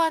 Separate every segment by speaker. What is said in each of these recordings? Speaker 1: は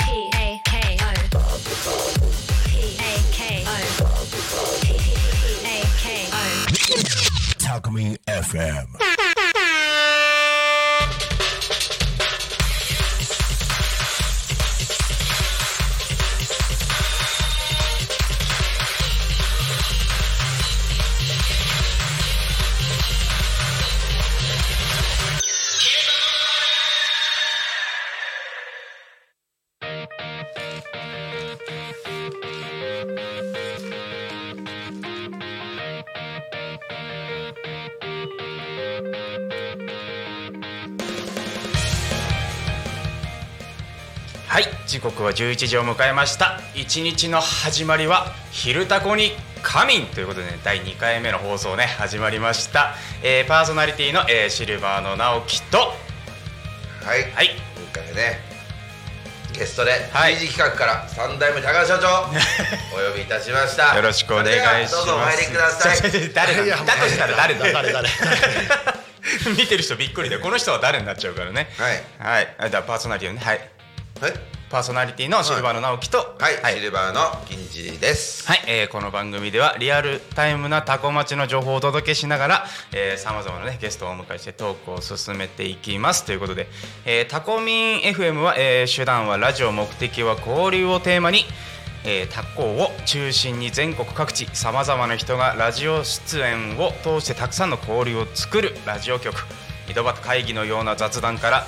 Speaker 2: P-A-K-O. P-A-K-O. P-A-K-O.
Speaker 3: Talk Me FM.
Speaker 4: はい時刻は11時を迎えました一日の始まりは「昼タコに仮眠」ということで、ね、第2回目の放送ね始まりました、えーパーソナリティの、えーシルバーの直樹と
Speaker 5: はい、
Speaker 4: はい
Speaker 5: 今回ねゲストで
Speaker 4: はい
Speaker 5: 二次企画から三代目高橋社長 お呼びいたしました
Speaker 4: よろしくお願いします
Speaker 5: それではどうぞお入りく ださい
Speaker 4: 誰なん
Speaker 5: いや
Speaker 4: だだとしたら誰だ
Speaker 3: 誰誰
Speaker 4: 見てる人びっくりだよこの人は誰になっちゃうからねはい、はい、だからパーソナリティのねはい
Speaker 5: はい
Speaker 4: パーソナリティのシルバーの直樹と
Speaker 5: はい、シルバーの銀次です
Speaker 4: はい、えーこの番組ではリアルタイムなタコ町の情報をお届けしながらさまざまな、ね、ゲストをお迎えしてトークを進めていきますということで、えータコミン FM は、えー手段はラジオ目的は交流をテーマに、えータコを中心に全国各地さまざまな人がラジオ出演を通してたくさんの交流を作るラジオ局井戸端会議のような雑談から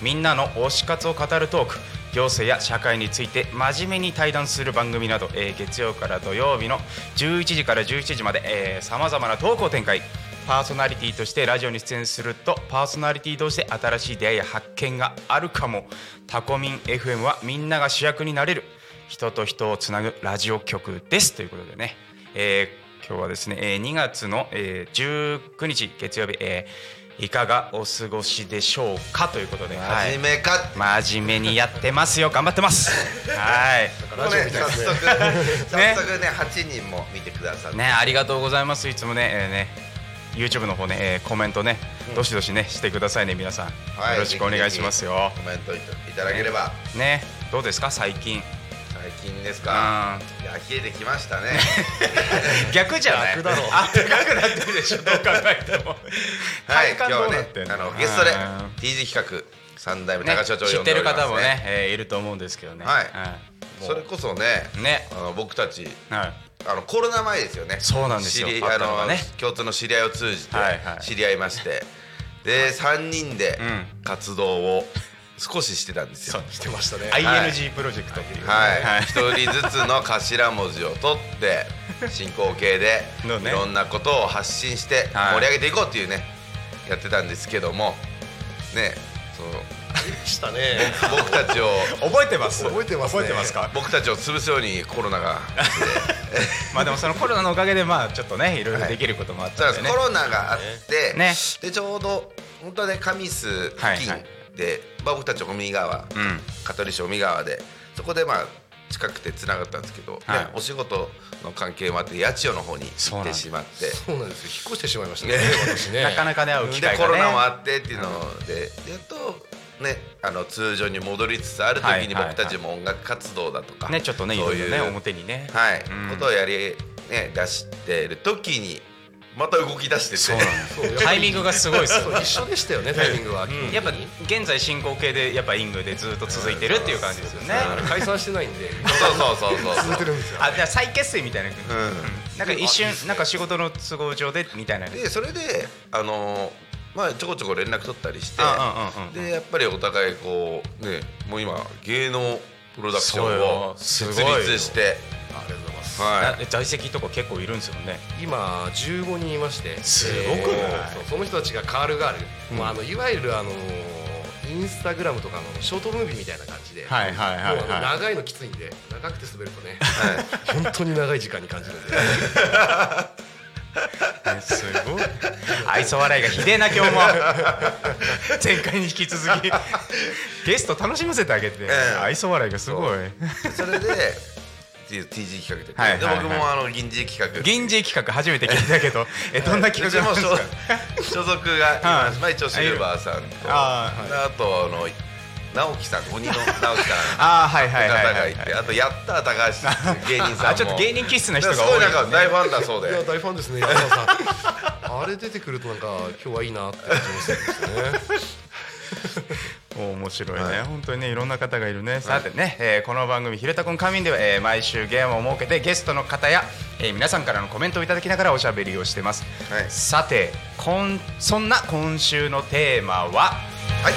Speaker 4: みんなの推し活を語るトーク行政や社会について真面目に対談する番組など、えー月曜から土曜日の11時から17時までさまざまなトークを展開パーソナリティとしてラジオに出演するとパーソナリティ同士で新しい出会いや発見があるかもタコミン FM はみんなが主役になれる人と人をつなぐラジオ局ですということでね、えー今日はですね、えー2月の、えー19日月曜日、えーいかがお過ごしでしょうかということで、はい
Speaker 5: 真面目か、
Speaker 4: 真面目にやってますよ頑張ってますはい
Speaker 5: もうね早速
Speaker 4: ね
Speaker 5: 早速ね八人も見てくださって、
Speaker 4: ねありがとうございますいつもね,、えーね YouTube の方ね、えーコメントね、どしどしねしてくださいね皆さん、
Speaker 5: は
Speaker 4: よろしくお願いしますよ
Speaker 5: ぜひぜひコメントいただければ、
Speaker 4: ねどうですか最近
Speaker 5: 最近です
Speaker 4: う
Speaker 5: か、
Speaker 4: ん
Speaker 5: いや冷えてきましたね
Speaker 4: 逆じゃない
Speaker 3: 逆だろう
Speaker 4: あったかくなってるでしょどう考えても
Speaker 5: は
Speaker 4: 体
Speaker 5: い
Speaker 4: 感
Speaker 5: 今
Speaker 4: どう
Speaker 5: 日
Speaker 4: な
Speaker 5: ね
Speaker 4: ってん
Speaker 5: あのゲストで
Speaker 4: うん
Speaker 5: T 字企画三代目
Speaker 4: ね
Speaker 5: 高社長を
Speaker 4: 知
Speaker 5: 呼
Speaker 4: っ
Speaker 5: んで
Speaker 4: て
Speaker 5: お
Speaker 4: る
Speaker 5: ります、ね、
Speaker 4: 方もね、えーいると思うんですけどね
Speaker 5: はい
Speaker 4: うん
Speaker 5: それこそね
Speaker 4: ね
Speaker 5: あの僕たち
Speaker 4: はい
Speaker 5: あのコロナ前ですよね
Speaker 4: そうなんですよ
Speaker 5: 知り
Speaker 4: あっ
Speaker 5: あ
Speaker 4: たのが
Speaker 5: の、
Speaker 4: ね
Speaker 5: 共通の知り合いを通じて
Speaker 4: はいはい
Speaker 5: 知り合いまして、で3人で
Speaker 4: う
Speaker 5: 活動を少ししてたんですよ、
Speaker 3: してましたね。
Speaker 4: ING プロジェクトっていうね
Speaker 5: はい、一人ずつの頭文字を 取って進行形で
Speaker 4: のね
Speaker 5: いろんなことを発信して
Speaker 4: はい
Speaker 5: 盛り上げていこうっていうねやってたんですけどもねその
Speaker 3: したね。
Speaker 5: 僕たちを
Speaker 4: 覚えてます
Speaker 3: 覚えてますね
Speaker 4: 覚えてますか
Speaker 5: 僕たちを潰すようにコロナ が
Speaker 4: まあでもそのコロナのおかげでまあちょっとねいろいろできることもあっ
Speaker 5: そ
Speaker 4: た
Speaker 5: うなんん
Speaker 4: で
Speaker 5: です
Speaker 4: ね
Speaker 5: コロナがあって、
Speaker 4: ね
Speaker 5: でちょうど本当はね神栖付近で、
Speaker 4: はいはい
Speaker 5: まあ、僕たち海川、
Speaker 4: うん
Speaker 5: 香取市海川でそこでまあ近くてつながったんですけど、ね
Speaker 4: はい
Speaker 5: お仕事の関係もあって八千代の方に
Speaker 4: そう
Speaker 5: 行
Speaker 4: な
Speaker 5: っ
Speaker 4: んで
Speaker 5: て
Speaker 4: す
Speaker 5: しまって。
Speaker 3: そうなんですよ。引っ越してしまいました
Speaker 5: ね
Speaker 3: ね。私ね。
Speaker 4: なかなかね会う機
Speaker 5: で
Speaker 4: 会
Speaker 5: コ
Speaker 4: が
Speaker 5: ロ
Speaker 4: ね
Speaker 5: ナもあってっていうので、やっとねあの通常に戻りつつある時に
Speaker 4: はいはいはい
Speaker 5: 僕たちも音楽活動だとか、
Speaker 4: ねちょっとねい
Speaker 5: そう
Speaker 4: ろい
Speaker 5: い
Speaker 4: ろ
Speaker 5: う
Speaker 4: ね表にね
Speaker 5: はい、
Speaker 4: うん
Speaker 5: ことをやり、ね、出してる時にまた動き出してて
Speaker 4: そうなん
Speaker 3: そう
Speaker 4: ですタイミングがすごいですよ
Speaker 3: そう一緒でしたよね。タイミングは。うん
Speaker 4: やっぱ現在進行形でやっぱイングでずっと続いてるっていう感じですよね
Speaker 3: 解散してないんで。
Speaker 5: そうそうそうそう
Speaker 3: 続いてるんですよ。
Speaker 4: あじゃあ再結成みたいな
Speaker 5: うん
Speaker 4: なんか一瞬なんか仕事の都合上でみたいな
Speaker 5: でそれであのーまあちょこちょこ連絡取ったりして
Speaker 4: あうんうんうんうん
Speaker 5: でやっぱりお互いこうねもう今芸能プロダクショ
Speaker 4: そう
Speaker 5: ン
Speaker 4: よ
Speaker 5: を
Speaker 4: す
Speaker 5: 設
Speaker 4: ごいよ
Speaker 5: 立して
Speaker 3: ありがとうございます。
Speaker 5: は
Speaker 4: な在籍とか結構いるんですよね
Speaker 3: 今15人いまして
Speaker 4: すごくない
Speaker 3: そうその人たちがカールガール、もうあのいわゆるあのーインスタグラムとかのショートムービーみたいな感じで、
Speaker 4: はいはいはい
Speaker 3: もうあの
Speaker 4: は
Speaker 3: 長いのきついんで長くて滑るとね本当に長い時間に感じ るんで
Speaker 4: いねすごい愛想笑いがひでえな今 日も前回に引き続きゲスト楽しませてあげて、
Speaker 5: え
Speaker 4: 愛想笑いがすごい
Speaker 5: それで T- TG 企画で,、
Speaker 4: はいはいはい
Speaker 5: で僕もあの銀次企画
Speaker 4: 銀次企画初めて聞いたけどえどんな企画なん
Speaker 5: う
Speaker 4: で
Speaker 5: ち
Speaker 4: す
Speaker 5: も
Speaker 4: か
Speaker 5: 所所属が、
Speaker 4: はい
Speaker 5: まあ、一応シルバーさんと
Speaker 4: あ
Speaker 5: あ,、
Speaker 4: ー
Speaker 5: とあの直樹さん鬼の直樹さん
Speaker 4: ああ はいはいはい
Speaker 5: 方
Speaker 4: は
Speaker 5: がい
Speaker 4: い、
Speaker 5: てあとやったー高橋っていう芸人さん
Speaker 4: あ
Speaker 5: も
Speaker 4: ちょっと芸人気質な人
Speaker 5: だ
Speaker 4: が
Speaker 5: からすご
Speaker 4: 多い
Speaker 5: いなんか大ファンだそう
Speaker 3: いや
Speaker 5: で
Speaker 3: 大ファンですね山田さんあれ出てくるとなんか今日はいいなって感じますよね
Speaker 4: 面白いね、
Speaker 5: はい
Speaker 4: 本当にねいろんな方がいるね、さてね、えーこの番組「ひれたくん仮眠」では、えー毎週ゲームを設けてゲストの方や、えー皆さんからのコメントをいただきながらおしゃべりをしてます、
Speaker 5: はい
Speaker 4: さてこんそんな今週のテーマは「
Speaker 5: はい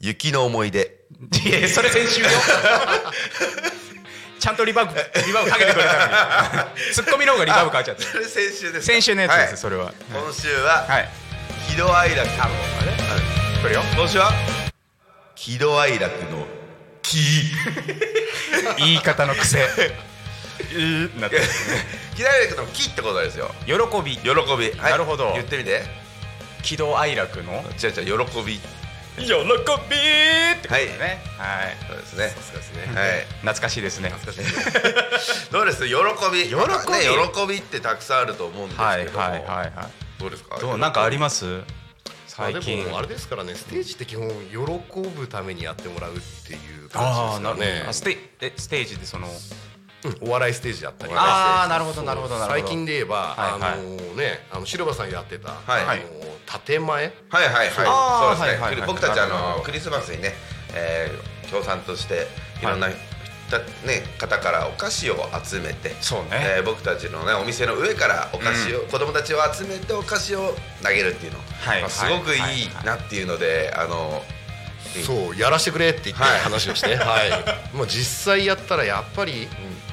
Speaker 5: 雪の思い出
Speaker 4: いやそれ先週よ」ちゃんとリバーブリバーブかけてくれたのにツッコミの方がリバーブかかっちゃって
Speaker 5: それ先週ですか
Speaker 4: 先週のやつです、
Speaker 5: はい
Speaker 4: それは
Speaker 5: 今週は、
Speaker 4: はい
Speaker 5: 喜怒哀楽のあれ
Speaker 4: これよ
Speaker 5: 今週は喜怒哀楽の
Speaker 4: キー 言い方の癖うーな ってます
Speaker 5: 喜怒哀楽の喜ってことですよ
Speaker 4: 喜び
Speaker 5: 喜び、はい、
Speaker 4: なるほど
Speaker 5: 言ってみて
Speaker 4: 喜怒哀楽の
Speaker 5: 違う違う喜び
Speaker 4: 喜びってことだよねはい、
Speaker 5: そうですね
Speaker 3: さすがですね
Speaker 5: はい
Speaker 4: 懐かしいですね
Speaker 5: どうです喜び
Speaker 4: 喜び
Speaker 5: まあね、喜びってたくさんあると思うんですけど
Speaker 4: はいはいはいはい
Speaker 5: どうです か
Speaker 4: どうなんかあり
Speaker 5: ま
Speaker 4: ます最
Speaker 3: ま
Speaker 4: 近
Speaker 3: あでもあれですからねステージって基本喜ぶためにやってもらうっていう
Speaker 4: ああな
Speaker 3: 感
Speaker 4: る
Speaker 3: じ
Speaker 4: ほど
Speaker 3: で
Speaker 4: あ
Speaker 3: す
Speaker 4: ス
Speaker 3: かね
Speaker 4: テえステージでその
Speaker 3: うんお笑いステージだったり
Speaker 4: ああなるほどなるほどなるほど
Speaker 3: 最近で言えば、
Speaker 4: はいはい
Speaker 3: あのねあのシルバさんやってた、
Speaker 5: はい
Speaker 3: あの建前
Speaker 5: すはいはい
Speaker 4: あ
Speaker 5: は
Speaker 4: ー
Speaker 5: いそうですね、
Speaker 4: はいはいはい
Speaker 5: 僕たちあ
Speaker 4: なるほど
Speaker 5: のクリスマスにね、えー、協賛としていろんな、たね、方からお菓子を集めて
Speaker 4: そうね
Speaker 5: えー僕たちの、ね、お店の上からお菓子を、子供たちを集めてお菓子を投げるっていうの、
Speaker 4: はい
Speaker 5: まあすごくいい
Speaker 4: はいはい
Speaker 5: なっていうので、あのうん
Speaker 3: そうやらしてくれって言って
Speaker 5: はい
Speaker 3: 話 をして、はいまあ、実際やったらやっぱり、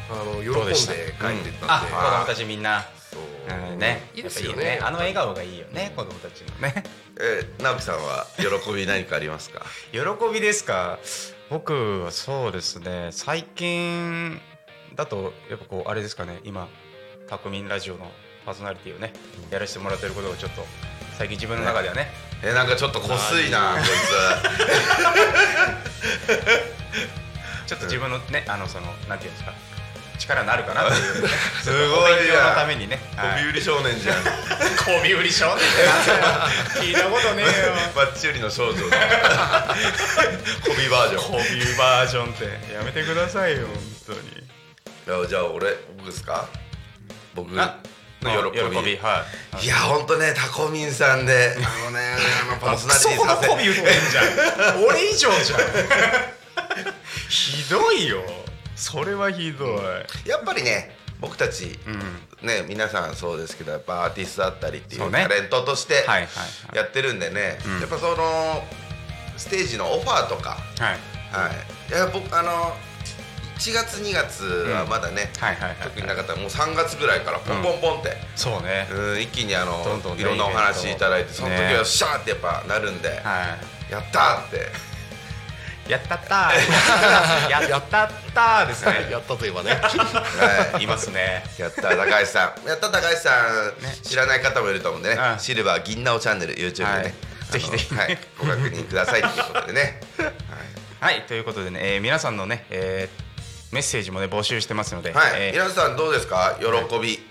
Speaker 3: あの喜ん
Speaker 4: どう
Speaker 3: で
Speaker 4: で
Speaker 3: 帰っ
Speaker 4: した
Speaker 3: てったんで、
Speaker 4: あ子供たちみんな
Speaker 3: そう
Speaker 4: うんね
Speaker 3: いいですよ
Speaker 4: やっぱ
Speaker 3: ね
Speaker 4: あの笑顔がいいよね子供たちのね
Speaker 5: えー直樹さんは喜び何かありますか
Speaker 4: 喜びですか僕はそうですね最近だとやっぱこうあれですかね今タコミンラジオのパーソナリティをねやらせてもらってることをちょっと最近自分の中ではね
Speaker 5: えーなんかちょっとこすいなこい
Speaker 4: ちょっと自分のね、あのそのなんていうんですか力になるかなっていう、ね、
Speaker 5: つすごい
Speaker 4: 勉強のた
Speaker 5: な
Speaker 4: めにね、
Speaker 5: 飛び売り少年じゃん
Speaker 4: こび売り商人 聞いたことねえよ
Speaker 5: バッチリの少女の コビバージョン
Speaker 4: こびバージョンってやめてくださいよ本
Speaker 5: いやじゃあ俺僕ですか僕の
Speaker 4: あ当に
Speaker 5: 喜び
Speaker 4: 喜びはい
Speaker 5: やほんとねタコミンさんであのねあのパーソナリテ
Speaker 4: そ
Speaker 5: ィ
Speaker 4: この
Speaker 5: させ
Speaker 4: こび売ってんじゃん俺以上じゃんひどいよそれはひどい、
Speaker 5: やっぱりね僕たち、ね皆さんそうですけどやっぱアーティストだったりってい
Speaker 4: そう
Speaker 5: う
Speaker 4: ね
Speaker 5: タレントとし
Speaker 4: はい
Speaker 5: て
Speaker 4: はいはい
Speaker 5: やってるんでね、
Speaker 4: ん
Speaker 5: やっぱそのステージのオファーとか、
Speaker 4: はい
Speaker 5: はい、いや僕あの1月2月はまだね、
Speaker 4: はいはいはい
Speaker 5: 特になかったらもう3月ぐらいからポンポンポンって、
Speaker 4: そうね
Speaker 5: うん一気にあの
Speaker 4: どんどんね
Speaker 5: いろんなお話いただいてその時
Speaker 4: ね
Speaker 5: はよっしゃーってやっぱなるんで、
Speaker 4: はい
Speaker 5: やったー って
Speaker 4: やったった ーやったったーですね
Speaker 3: やったといえばね
Speaker 5: はい
Speaker 4: いますね。
Speaker 5: やった高橋さんやった高橋さん、知らない方もいると思うんでね、
Speaker 4: うん
Speaker 5: シルバー銀なおチャンネル YouTube でね、
Speaker 4: はいぜひぜひね
Speaker 5: あのはい、ご確認くださいっていうこと でね
Speaker 4: はい、ということでね、えー皆さんのね、えーメッセージもね募集してますので、
Speaker 5: はい、
Speaker 4: えー
Speaker 5: 皆さんどうですか喜び、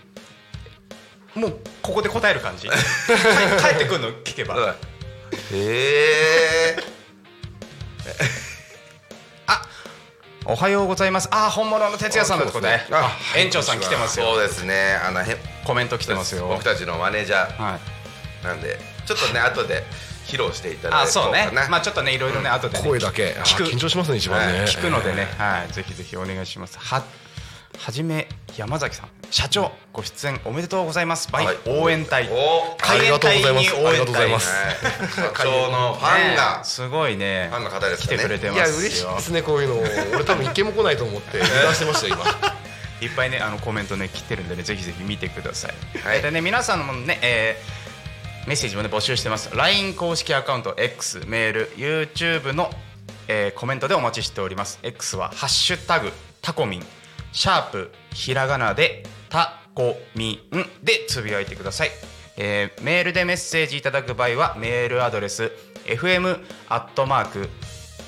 Speaker 4: もうここで答える 感じ。はい帰ってくるの聞けば。
Speaker 5: うんへえ
Speaker 4: おはようございます。あー、本物の哲也さんのとこね。
Speaker 5: あ
Speaker 4: あ園長さん来てます
Speaker 5: そう
Speaker 4: よ。
Speaker 5: ですねあのへ
Speaker 4: コメント来てますよ。
Speaker 5: 僕たちのマネージャー
Speaker 4: はい。
Speaker 5: なんでちょっとね後で披露していただいて
Speaker 4: あー、そうね
Speaker 5: こうかな。
Speaker 4: まあちょっとね、いろいろね、後でね
Speaker 3: 声だけ あ
Speaker 4: 聞く
Speaker 3: 緊張しますね一番ね、
Speaker 4: 聞くのでね、はい、ぜひぜひお願いします。は、はじめ山崎さん、社長ご出演おめでとうございます。バイ、
Speaker 5: はい
Speaker 4: 応援隊。
Speaker 5: お
Speaker 4: 海援隊に応援隊
Speaker 3: ありがとうございますありがとうございます
Speaker 5: はい社長のファン
Speaker 4: ね
Speaker 5: が、
Speaker 4: すごいね。
Speaker 5: ファンの方です
Speaker 4: 来
Speaker 5: かね
Speaker 4: てくれて
Speaker 3: い
Speaker 4: ま
Speaker 3: や
Speaker 4: すよ。
Speaker 3: 嬉しいですねこういうの俺多分一件も来ないと思って油断してましたよ今
Speaker 4: いっぱいねあのコメントね来てるんでねぜひぜひ見てください。
Speaker 5: はい
Speaker 4: でね皆さんもね、えメッセージもね募集してます LINE 公式アカウント X メール YouTube の、えーコメントでお待ちしております X は「ハッシュタグタコミン」シャープひらがなでタコミンでつぶやいてください、えーメールでメッセージいただく場合はメールアドレス fm アットマーク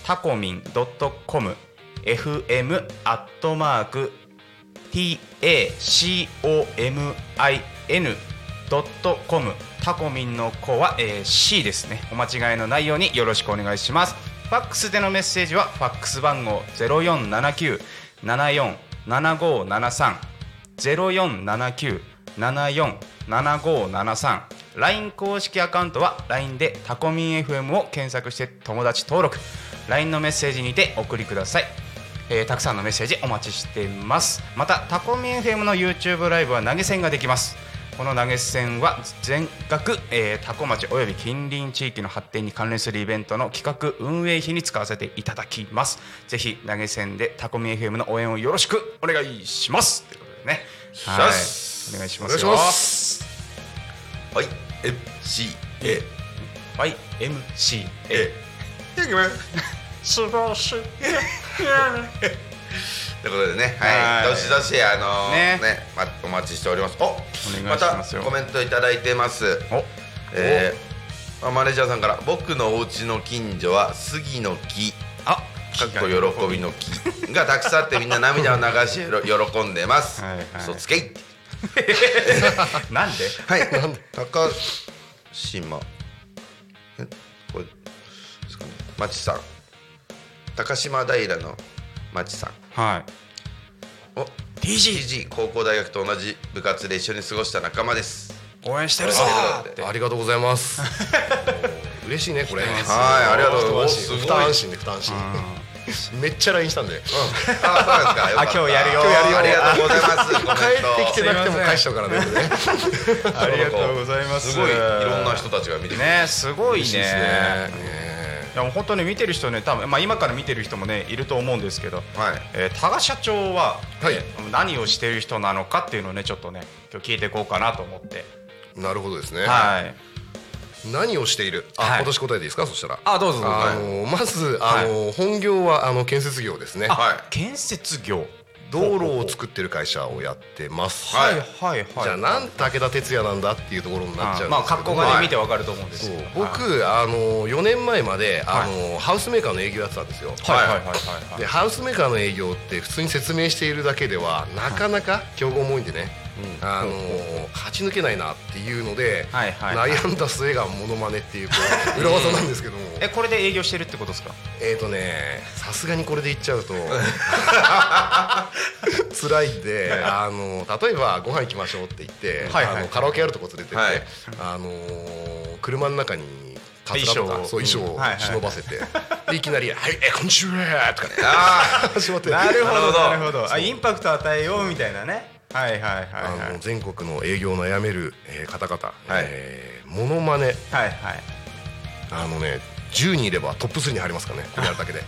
Speaker 4: タコミンドットコム fm アットマーク tacomin.com タコミンの子は、えー C ですねお間違いのないようによろしくお願いしますファックスでのメッセージはファックス番号0479747573 0479747573 LINE 公式アカウントは LINE でタコミン FM を検索して友達登録 LINE のメッセージにてお送りくださいえーたくさんのメッセージお待ちしていますまたタコミン FM の YouTube ライブは投げ銭ができますこの投げ銭は全額、えータコ町および近隣地域の発展に関連するイベントの企画運営費に使わせていただきますぜひ投げ銭でタコミン FM の応援をよろしくお願いしますということでねはい
Speaker 5: よし
Speaker 4: お願いし
Speaker 3: お
Speaker 4: ま
Speaker 3: 願い
Speaker 4: す
Speaker 3: し
Speaker 4: よ
Speaker 3: ます
Speaker 5: はい MCA
Speaker 4: はい MC
Speaker 5: ええごめん
Speaker 4: 素晴らしい
Speaker 5: ということでね、はい、
Speaker 4: はい
Speaker 5: どしどし、あの
Speaker 4: ね
Speaker 5: ーねま、お待ちしております。お、
Speaker 4: 願いし
Speaker 5: また
Speaker 4: ますよ
Speaker 5: コメントいただいてます。
Speaker 4: お
Speaker 5: えーまあマネージャーさんから、僕のお家の近所は杉の木。
Speaker 4: あ
Speaker 5: かっこ喜びの木がたくさんあってみんな涙を流し喜んでます。
Speaker 4: はいはい
Speaker 5: 嘘つけい。
Speaker 4: なんで
Speaker 5: はい。高島えこれですかね。町さん。高島平の町さん。
Speaker 4: はい
Speaker 5: お TG 高校大学と同じ部活で一緒に過ごした仲間です
Speaker 4: 応援してるぞ
Speaker 5: あ
Speaker 4: って
Speaker 3: ありがとうございます 嬉しいねこれはい
Speaker 5: ありがとうございます
Speaker 3: 一安心二安心で二安心めっちゃ LINE したんで
Speaker 5: あそうなんですかよかった
Speaker 4: あ今日やるよ
Speaker 5: 今日やるよありがとうございますコメン
Speaker 3: 帰ってきてなくても返しちゃうからねこれね
Speaker 5: ト
Speaker 4: ありがとうございます
Speaker 5: すごいいろんな人たちが見てくれて
Speaker 4: ねすごいね
Speaker 3: 嬉しいですねね
Speaker 4: いやもう本当に見てる人ね多分、まあ、今から見てる人もねいると思うんですけど、
Speaker 5: はい
Speaker 4: えー多賀社長は、
Speaker 3: はい
Speaker 4: えー何をしてる人なのかっていうのをねちょっとね今日聞いていこうかなと思って
Speaker 3: なるほどですね
Speaker 4: はい
Speaker 3: 何をしている
Speaker 4: は
Speaker 3: あ
Speaker 4: い
Speaker 3: 今年答えていいですかそしたら
Speaker 4: あどうぞどうぞ
Speaker 3: あのまずあの本業はあの建設業ですね
Speaker 4: あ、
Speaker 5: はい
Speaker 4: 建設業
Speaker 3: 道路を作ってる会社をやってます
Speaker 5: はい
Speaker 4: はいはい
Speaker 3: じゃあなん武田鉄矢なんだっていうところになっちゃ
Speaker 4: あ
Speaker 3: うん
Speaker 4: ま
Speaker 3: で
Speaker 4: あ
Speaker 3: す
Speaker 4: 格
Speaker 3: けど
Speaker 4: 好がね見てわかると思うんです
Speaker 3: そう
Speaker 4: けどはい
Speaker 3: 僕あの4年前まであ
Speaker 4: は
Speaker 3: のハウスメーカーの営業やってたんですよ
Speaker 4: はいはいはいはいはい
Speaker 3: でハウスメーカーの営業って普通に説明しているだけではなかなか競合も多いんでねあの勝ち抜けないなっていうので
Speaker 4: はいはいはい
Speaker 3: 悩んだ末がモノマネっていうこう裏技なんですけども
Speaker 4: えこれで営業してるってことですか
Speaker 3: えーとねさすがにこれで言っち ゃうと辛いんであの例えばご飯行きましょうって言って、
Speaker 4: はいはい
Speaker 3: あのカラオケあるとこ連れてって、
Speaker 5: はい
Speaker 3: あのー車の中にカツラと
Speaker 4: 衣装を
Speaker 3: かそう衣装
Speaker 4: うん
Speaker 3: を
Speaker 4: はいはい
Speaker 3: 忍ば せて、でいきなり「はいえこんにちは」とかね
Speaker 5: あー
Speaker 3: 始まって
Speaker 4: なるほ
Speaker 5: ほ
Speaker 4: ど
Speaker 5: ど
Speaker 4: な
Speaker 5: な
Speaker 4: る
Speaker 5: る
Speaker 4: ほ
Speaker 5: ほ
Speaker 4: どあインパクト与えようみたいなねはいはいはい
Speaker 3: あの
Speaker 4: はいはい
Speaker 3: 全国の営業を悩める、えー方々、
Speaker 5: はい
Speaker 3: えーモノマネ
Speaker 4: はい
Speaker 3: あのね10人いればトップ3に入りますからねこれやるだ けで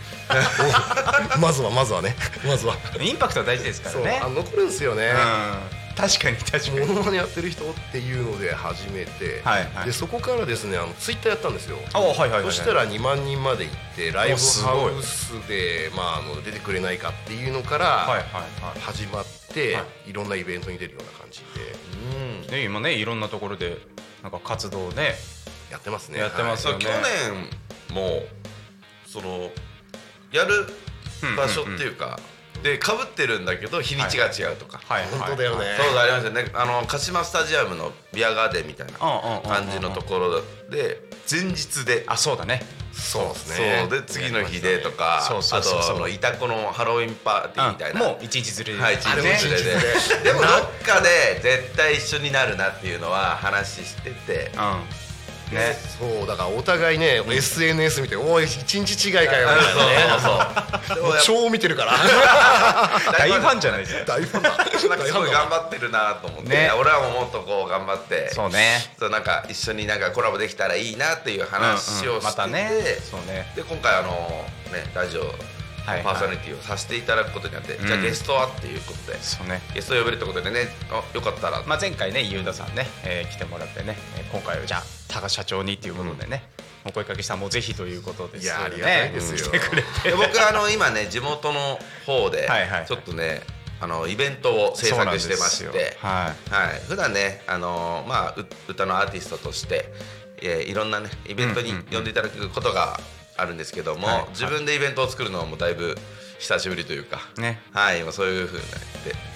Speaker 3: おまずはまずはねまずは。
Speaker 4: インパクトは大事ですから
Speaker 3: そう
Speaker 4: ね
Speaker 3: あの残るんですよね、
Speaker 4: うん確かに確かに
Speaker 3: モノマネやってる人っていうので始めて、
Speaker 4: はいはい
Speaker 3: でそこからですねあのツイッターやったんですよ
Speaker 4: あはいはいはいはい
Speaker 3: そしたら2万人まで行ってライブ
Speaker 4: おすごい
Speaker 3: ハウスで、まあ、あの出てくれないかっていうのから、
Speaker 4: はいはいは
Speaker 3: 始まって、、
Speaker 4: はい
Speaker 3: ろんなイベントに出るような感じで
Speaker 5: うん
Speaker 4: いね今ねいろんなところでなんか活動ね
Speaker 3: やってますね
Speaker 4: やってます
Speaker 5: そう
Speaker 4: よ
Speaker 5: 去
Speaker 4: ね
Speaker 5: 年もそのやる場所っていうかで被ってるんだけど日にちが違うとか
Speaker 4: はいはい
Speaker 3: 本当だよね
Speaker 5: そういうのありましたねあの鹿島スタジアムのビアガーデンみたいな
Speaker 4: うんうんうんうん
Speaker 5: 感じのところで前日で
Speaker 4: あそうだね
Speaker 3: そうですね
Speaker 5: そうで次の日でとか
Speaker 4: そうそう
Speaker 5: あ
Speaker 4: そうそう
Speaker 5: とあのいたこのハロウィンパーティーみたい
Speaker 4: うん
Speaker 5: な
Speaker 4: もう一日ずれで
Speaker 5: はい一
Speaker 4: あ
Speaker 5: 日
Speaker 4: れ
Speaker 5: 連
Speaker 4: ね
Speaker 5: れで でもどっかで絶対一緒になるなっていうのは話してて
Speaker 4: うんね
Speaker 3: そうだからお互いね、SNS 見て「おい一日違いかよ」みたいなね
Speaker 5: そうそうそうでもやっ
Speaker 3: 超見て るから
Speaker 5: ぱ
Speaker 4: 大ファンじゃないですか
Speaker 3: 大ファンだ
Speaker 5: なんかすごい頑張ってるなと思って、
Speaker 4: ね
Speaker 5: 俺はもうもっとこう頑張って
Speaker 4: そうね
Speaker 5: そうなんか一緒になんかコラボできたらいいなっていう話
Speaker 4: うんう
Speaker 5: を
Speaker 4: ん
Speaker 5: して
Speaker 4: ま
Speaker 5: て、
Speaker 4: たねそうね
Speaker 5: で今回あのねラジオ
Speaker 4: はい
Speaker 5: パーソナリティをさせていただくことになって、
Speaker 4: ん
Speaker 5: じゃあゲストはっていうことで、
Speaker 4: そうね
Speaker 5: ゲストを呼べるってことでねあよかったら、
Speaker 4: まあ、前回ねゆうださんね、えー来てもらってね、えー今回はじゃあ高社長にっていうことでね、お声かけしたらもうぜひということです
Speaker 3: いやありがたい
Speaker 4: ね
Speaker 3: です
Speaker 4: 来
Speaker 3: よ
Speaker 4: てくれて
Speaker 5: で僕あの今ね地元の方で
Speaker 4: はいはい
Speaker 5: ちょっとねあのイベントを制
Speaker 4: そうなん
Speaker 5: 作
Speaker 4: で
Speaker 5: し
Speaker 4: す
Speaker 5: て
Speaker 4: よ
Speaker 5: まして
Speaker 4: は
Speaker 5: はい、普段ねあのーまあう歌のアーティストとして、えーいろんなねイベントに
Speaker 4: うんうんうん
Speaker 5: 呼んでいただくことがあるんですけども、
Speaker 4: はい
Speaker 5: 自分でイベントを作るのはもうだいぶ久しぶりというか、
Speaker 4: ね
Speaker 5: はい今そういうふうになっ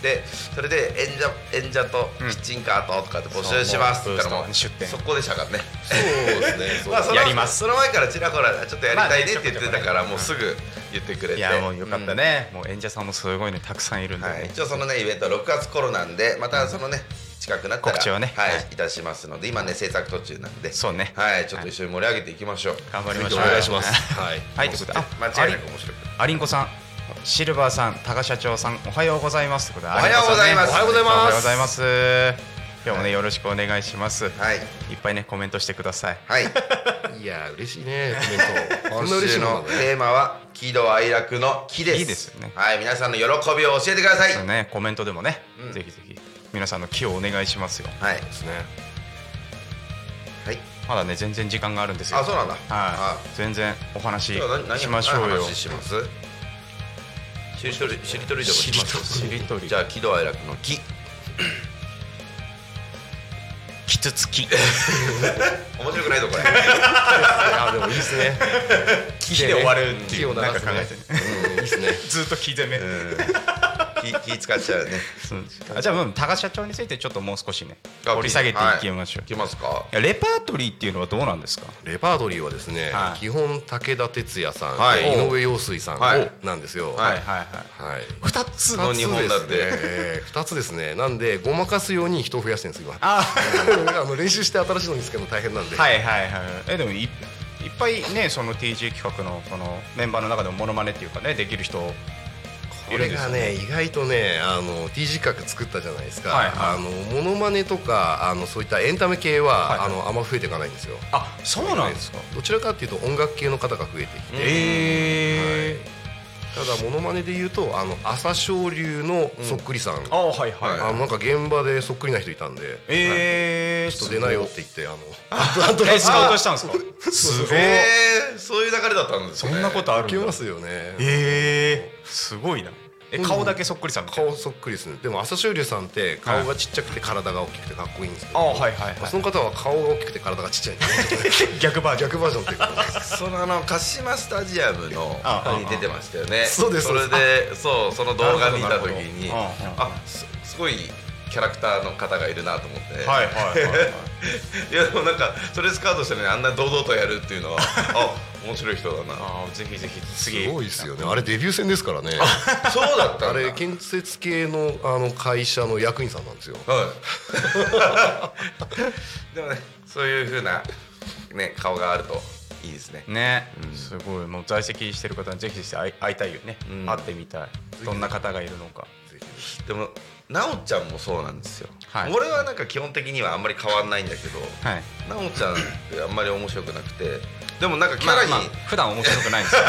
Speaker 5: てでそれで演者演者とキッチンカートとかって募集しますって言ったら
Speaker 4: そ
Speaker 5: も
Speaker 4: うもうブースト
Speaker 5: う
Speaker 4: はね出店
Speaker 5: そこでしたからね。
Speaker 3: そうです ね
Speaker 5: まあその
Speaker 4: やります
Speaker 5: その前からちらほらちょっとやりたいねって言ってたか
Speaker 4: まあ
Speaker 5: ら
Speaker 4: ね
Speaker 5: もうすぐ言ってくれ
Speaker 4: い、い
Speaker 5: て
Speaker 4: やもうよかったね、もう演者さんもすごいねたくさんいるんで、ね
Speaker 5: はい、一応そのねイベントは6月頃なんでまたそのね近くなったら
Speaker 4: 告知をね
Speaker 5: はい、
Speaker 4: はい
Speaker 5: たしますので今ね制作途中なんで
Speaker 4: そうね
Speaker 5: はいちょっと一緒に盛り上げていきましょう
Speaker 4: 頑張りましょう
Speaker 5: 続いてお願いします
Speaker 3: すはい
Speaker 4: はいということであ
Speaker 5: 間違いなく面白く
Speaker 4: ありんこさんシルバーさん高社長さんおはようございますということで
Speaker 5: おはようございます
Speaker 4: ありんこさんね
Speaker 5: お
Speaker 4: お
Speaker 5: は
Speaker 4: は
Speaker 5: よ
Speaker 4: よう
Speaker 5: うご
Speaker 4: ご
Speaker 5: ざ
Speaker 4: ざ
Speaker 5: い
Speaker 4: い
Speaker 5: ま
Speaker 4: ます今日もねよろしくお願いします、
Speaker 5: はい
Speaker 4: い、っぱいねコメントしてください
Speaker 5: はい
Speaker 3: いや嬉しいねコメント こ
Speaker 5: 今
Speaker 3: んな嬉し
Speaker 5: 週
Speaker 3: い
Speaker 5: の
Speaker 3: のね
Speaker 5: テーマは喜怒哀楽の喜です
Speaker 4: 喜ですよね
Speaker 5: はい皆さんの喜びを教えてください
Speaker 4: そう
Speaker 5: は
Speaker 4: ねコメントでもね、
Speaker 5: うん
Speaker 4: ぜひぜひ皆さんの気をお願いしますよ
Speaker 5: い
Speaker 3: ですね
Speaker 5: はい
Speaker 4: まだね全然時間があるんですよ
Speaker 5: あそうなんだ
Speaker 4: は
Speaker 5: あ
Speaker 4: い、全然お話
Speaker 5: 今日は何何
Speaker 4: しましょうよ
Speaker 5: 何。話しますしりとりしりとりでもします
Speaker 4: しりとり
Speaker 5: じゃあ喜怒哀楽の喜
Speaker 4: キツツ キ。
Speaker 5: 面白くないぞこれ
Speaker 3: あでもいいですね
Speaker 4: キで終わるっていう
Speaker 3: 木を
Speaker 4: なん
Speaker 3: 鳴
Speaker 4: から考
Speaker 3: すね
Speaker 4: えてね。
Speaker 3: うんいいですね
Speaker 4: ずっとキ攻め。
Speaker 5: 気 気使っちゃうね
Speaker 4: そうあじゃあうん高社長についてちょっともう少しね
Speaker 5: あ
Speaker 4: 掘り下げていきましょう
Speaker 5: い。きますか
Speaker 4: いやレパートリーっていうのはどうなんですか。
Speaker 3: レパートリーはですね、
Speaker 4: はい
Speaker 3: 基本武田鉄矢さん、
Speaker 5: はい
Speaker 3: 井上陽水さん、
Speaker 5: はい
Speaker 3: なんですよ。
Speaker 5: はい
Speaker 4: はい。
Speaker 3: はい
Speaker 4: 二つ
Speaker 5: の日本だって
Speaker 3: 二つですねえー二つですね。なんでごまかすように人を増やしてるんです今。 あ
Speaker 4: あ
Speaker 3: の練習して新しいのにつけるの大変なん で。
Speaker 4: はいはいはい。えでもいいっぱいねその TG 企画のこのメンバーの中でもモノマネっていうかねできる人
Speaker 3: これがね意外とねあの T 字角作ったじゃないですか、
Speaker 4: はい
Speaker 3: あのモノマネとかあのそういったエンタメ系は、
Speaker 4: はいはい
Speaker 3: あのあんま増えていかないんですよ
Speaker 4: あそうなんですか。
Speaker 3: どちらかっていうと音楽系の方が増えてきて、
Speaker 4: え
Speaker 3: ただモノマネで言うとあの朝青龍のそっくりさん、
Speaker 4: ー。あはいはい
Speaker 3: あ。のなんか現場でそっくりな人いたんで
Speaker 4: ええ。
Speaker 3: ちょっと出ないよって言ってあの
Speaker 4: えスカウトしたん ですか。すごい。
Speaker 5: えー、そういう流れだったんです
Speaker 4: そ
Speaker 5: ね
Speaker 4: んなことあるん
Speaker 3: 受
Speaker 4: だ
Speaker 3: けますよね
Speaker 4: えー、すごいな。え
Speaker 3: うん
Speaker 4: 顔だけそっくりさんみたいな
Speaker 3: 顔そっくりですねでも朝青龍さんって顔がちっちゃくて体が大きくてかっこいいんですけど、
Speaker 4: あはいはいはい
Speaker 3: その方は顔が大きくて体がちっちゃい
Speaker 4: 逆バージョン。
Speaker 3: 逆バージョンっていうか
Speaker 5: そのあのカシマスタジアムの
Speaker 4: あああ
Speaker 5: に出てましたよね
Speaker 3: そうです
Speaker 5: それでそうその動画見
Speaker 4: な
Speaker 5: た時に
Speaker 4: るほどなるほど
Speaker 5: あすすごいキャラクターの方がいるなと思って、
Speaker 4: はいはいはいはい。
Speaker 5: い、やでもなんかそれスカウトしてねあんな堂々とやるっていうのはあ面白い人だな
Speaker 4: あーぜひぜひ次。
Speaker 3: すごいですよねあれデビュー戦ですからね
Speaker 5: そうだった
Speaker 3: あ
Speaker 5: んだ
Speaker 3: れ建設系のあの会社の役員さんなんですよ
Speaker 5: はい でもねそういうふうな、ね、顔があるといいですね
Speaker 4: ね、すごいもう在籍してる方にぜひぜひ会い会いたいよね、
Speaker 5: うん
Speaker 4: 会ってみたいどんな方がいるのか
Speaker 5: でもなおちゃんもそうなんですよ、
Speaker 4: はい
Speaker 5: 俺はなんか基本的にはあんまり変わんないんだけど、
Speaker 4: はい
Speaker 5: なおちゃんってあんまり面白くなくてでもなんかキャラに、
Speaker 4: まあまあ普段面白くないん ですよや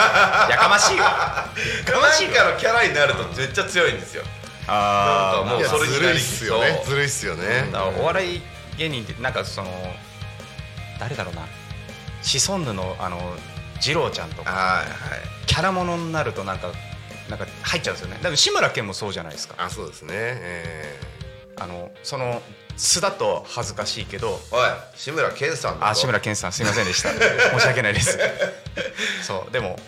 Speaker 4: かましいわ
Speaker 5: なんかのキャラになるとめっちゃ強いんですよ、
Speaker 4: あー
Speaker 5: ーもう
Speaker 3: いや
Speaker 5: それに
Speaker 3: ず
Speaker 5: な
Speaker 3: る
Speaker 5: り
Speaker 3: いっ
Speaker 5: き
Speaker 3: す
Speaker 5: そう
Speaker 3: よねずるいっすよね
Speaker 4: だからお笑い芸人ってなんかその誰だろうなシソンヌのあの二郎ちゃんとか
Speaker 5: はい
Speaker 4: キャラものになるとなんかなんか入っちゃうんですよねだから志村けんもそうじゃないですか
Speaker 3: あそうですねえ
Speaker 4: あのその素だと恥ずかしいけど
Speaker 5: はいおい志村けんさんだぞ
Speaker 4: あ志村けんさんすいませんで した申し訳ないですそうでも